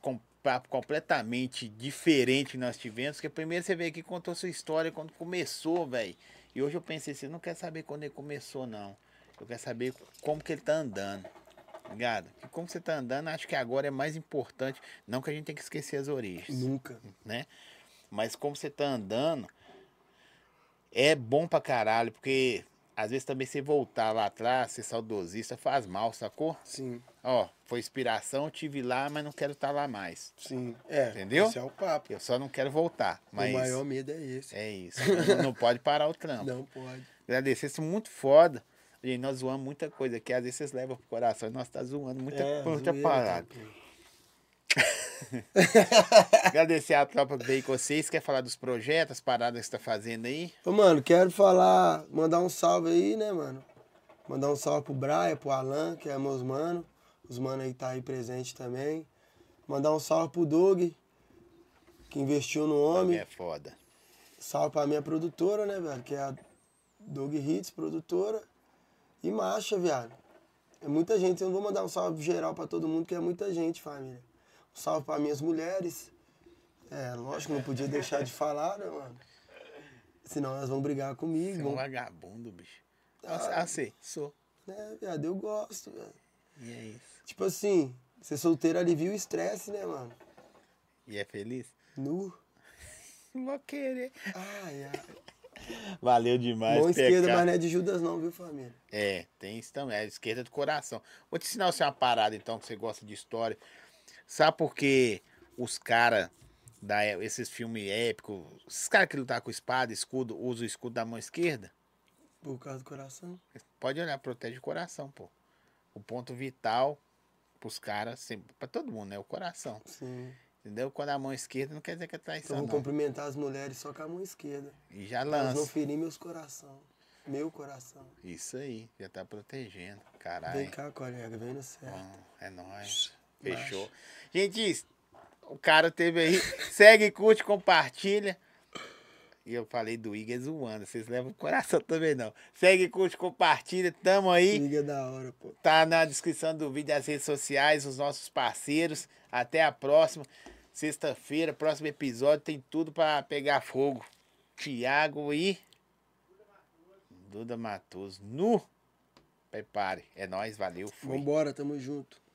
Com, papo completamente diferente que nós tivemos. Porque primeiro você veio aqui e contou sua história quando começou, velho. E hoje eu pensei assim, eu não quero saber quando ele começou, não. Eu quero saber como que ele tá andando. Ligado? E como você tá andando, acho que agora é mais importante. Não que a gente tenha que esquecer as origens Nunca. né? Mas como você tá andando, é bom pra caralho, porque às vezes também você voltar lá atrás, ser saudosista, faz mal, sacou? Sim. Ó, foi inspiração, eu tive lá, mas não quero estar lá mais. Sim. É. Entendeu? Esse é o papo. Eu só não quero voltar, mas O maior medo é esse. é isso. Não, não pode parar o trampo. Não pode. Agradecer, isso é muito foda. Gente, nós zoamos muita coisa que às vezes vocês levam pro coração e nós tá zoando muita, É, muita zoeira, parada. tranquilo. Agradecer a tropa que veio com vocês. Quer falar dos projetos, as paradas que você tá fazendo aí? Ô, mano, quero falar, mandar um salve aí, né, mano? Mandar um salve pro Braia, pro Alan, que é meus mano. Os mano aí tá aí presente também. Mandar um salve pro Doug, que investiu no homem. É foda. Salve pra minha produtora, né, velho? Que é a Doug Hits, produtora. E marcha, viado. É muita gente. Eu não vou mandar um salve geral pra todo mundo, que é muita gente, família. Salve para minhas mulheres. É, lógico, não podia deixar de falar, né, mano? Senão elas vão brigar Você é um comigo. vagabundo, bicho. Ah, sei, sou. É, viado, eu gosto, velho. E é isso. Tipo assim, ser solteiro alivia o estresse, né, mano? E é feliz? Nu. Vou querer. Ai, ai. Valeu demais, Mão esquerda, PK. mas não é de Judas não, viu, família? É, tem isso também. É esquerda do coração. Vou te ensinar você uma parada, então, que você gosta de história. Sabe por que os caras, esses filmes épicos, esses caras que lutam com espada, escudo, usam o escudo da mão esquerda? Por causa do coração. Pode olhar, protege o coração, pô. O ponto vital pros caras, sempre- pra todo mundo, né? O coração. Sim. Entendeu? Quando a mão esquerda não quer dizer que é Então traição, vou não. cumprimentar as mulheres só com a mão esquerda. E já Elas não lança. ferir meus coração. Meu coração. Isso aí, já tá protegendo. Vem Caralho. cá, colega, vem no céu. Bom, é nóis. Fechou. Gente, o cara teve aí. Segue, curte, compartilha. E eu falei do Igor zoando. Vocês levam o coração também, não. Segue, curte, compartilha. Tamo aí. Liga da hora, pô. Tá na descrição do vídeo as redes sociais, os nossos parceiros. Até a próxima. Sexta-feira, próximo episódio, tem tudo pra pegar fogo. Tiago e Duda Matoso. Nu! Prepare. É nóis, valeu, fui. Vambora, tamo junto.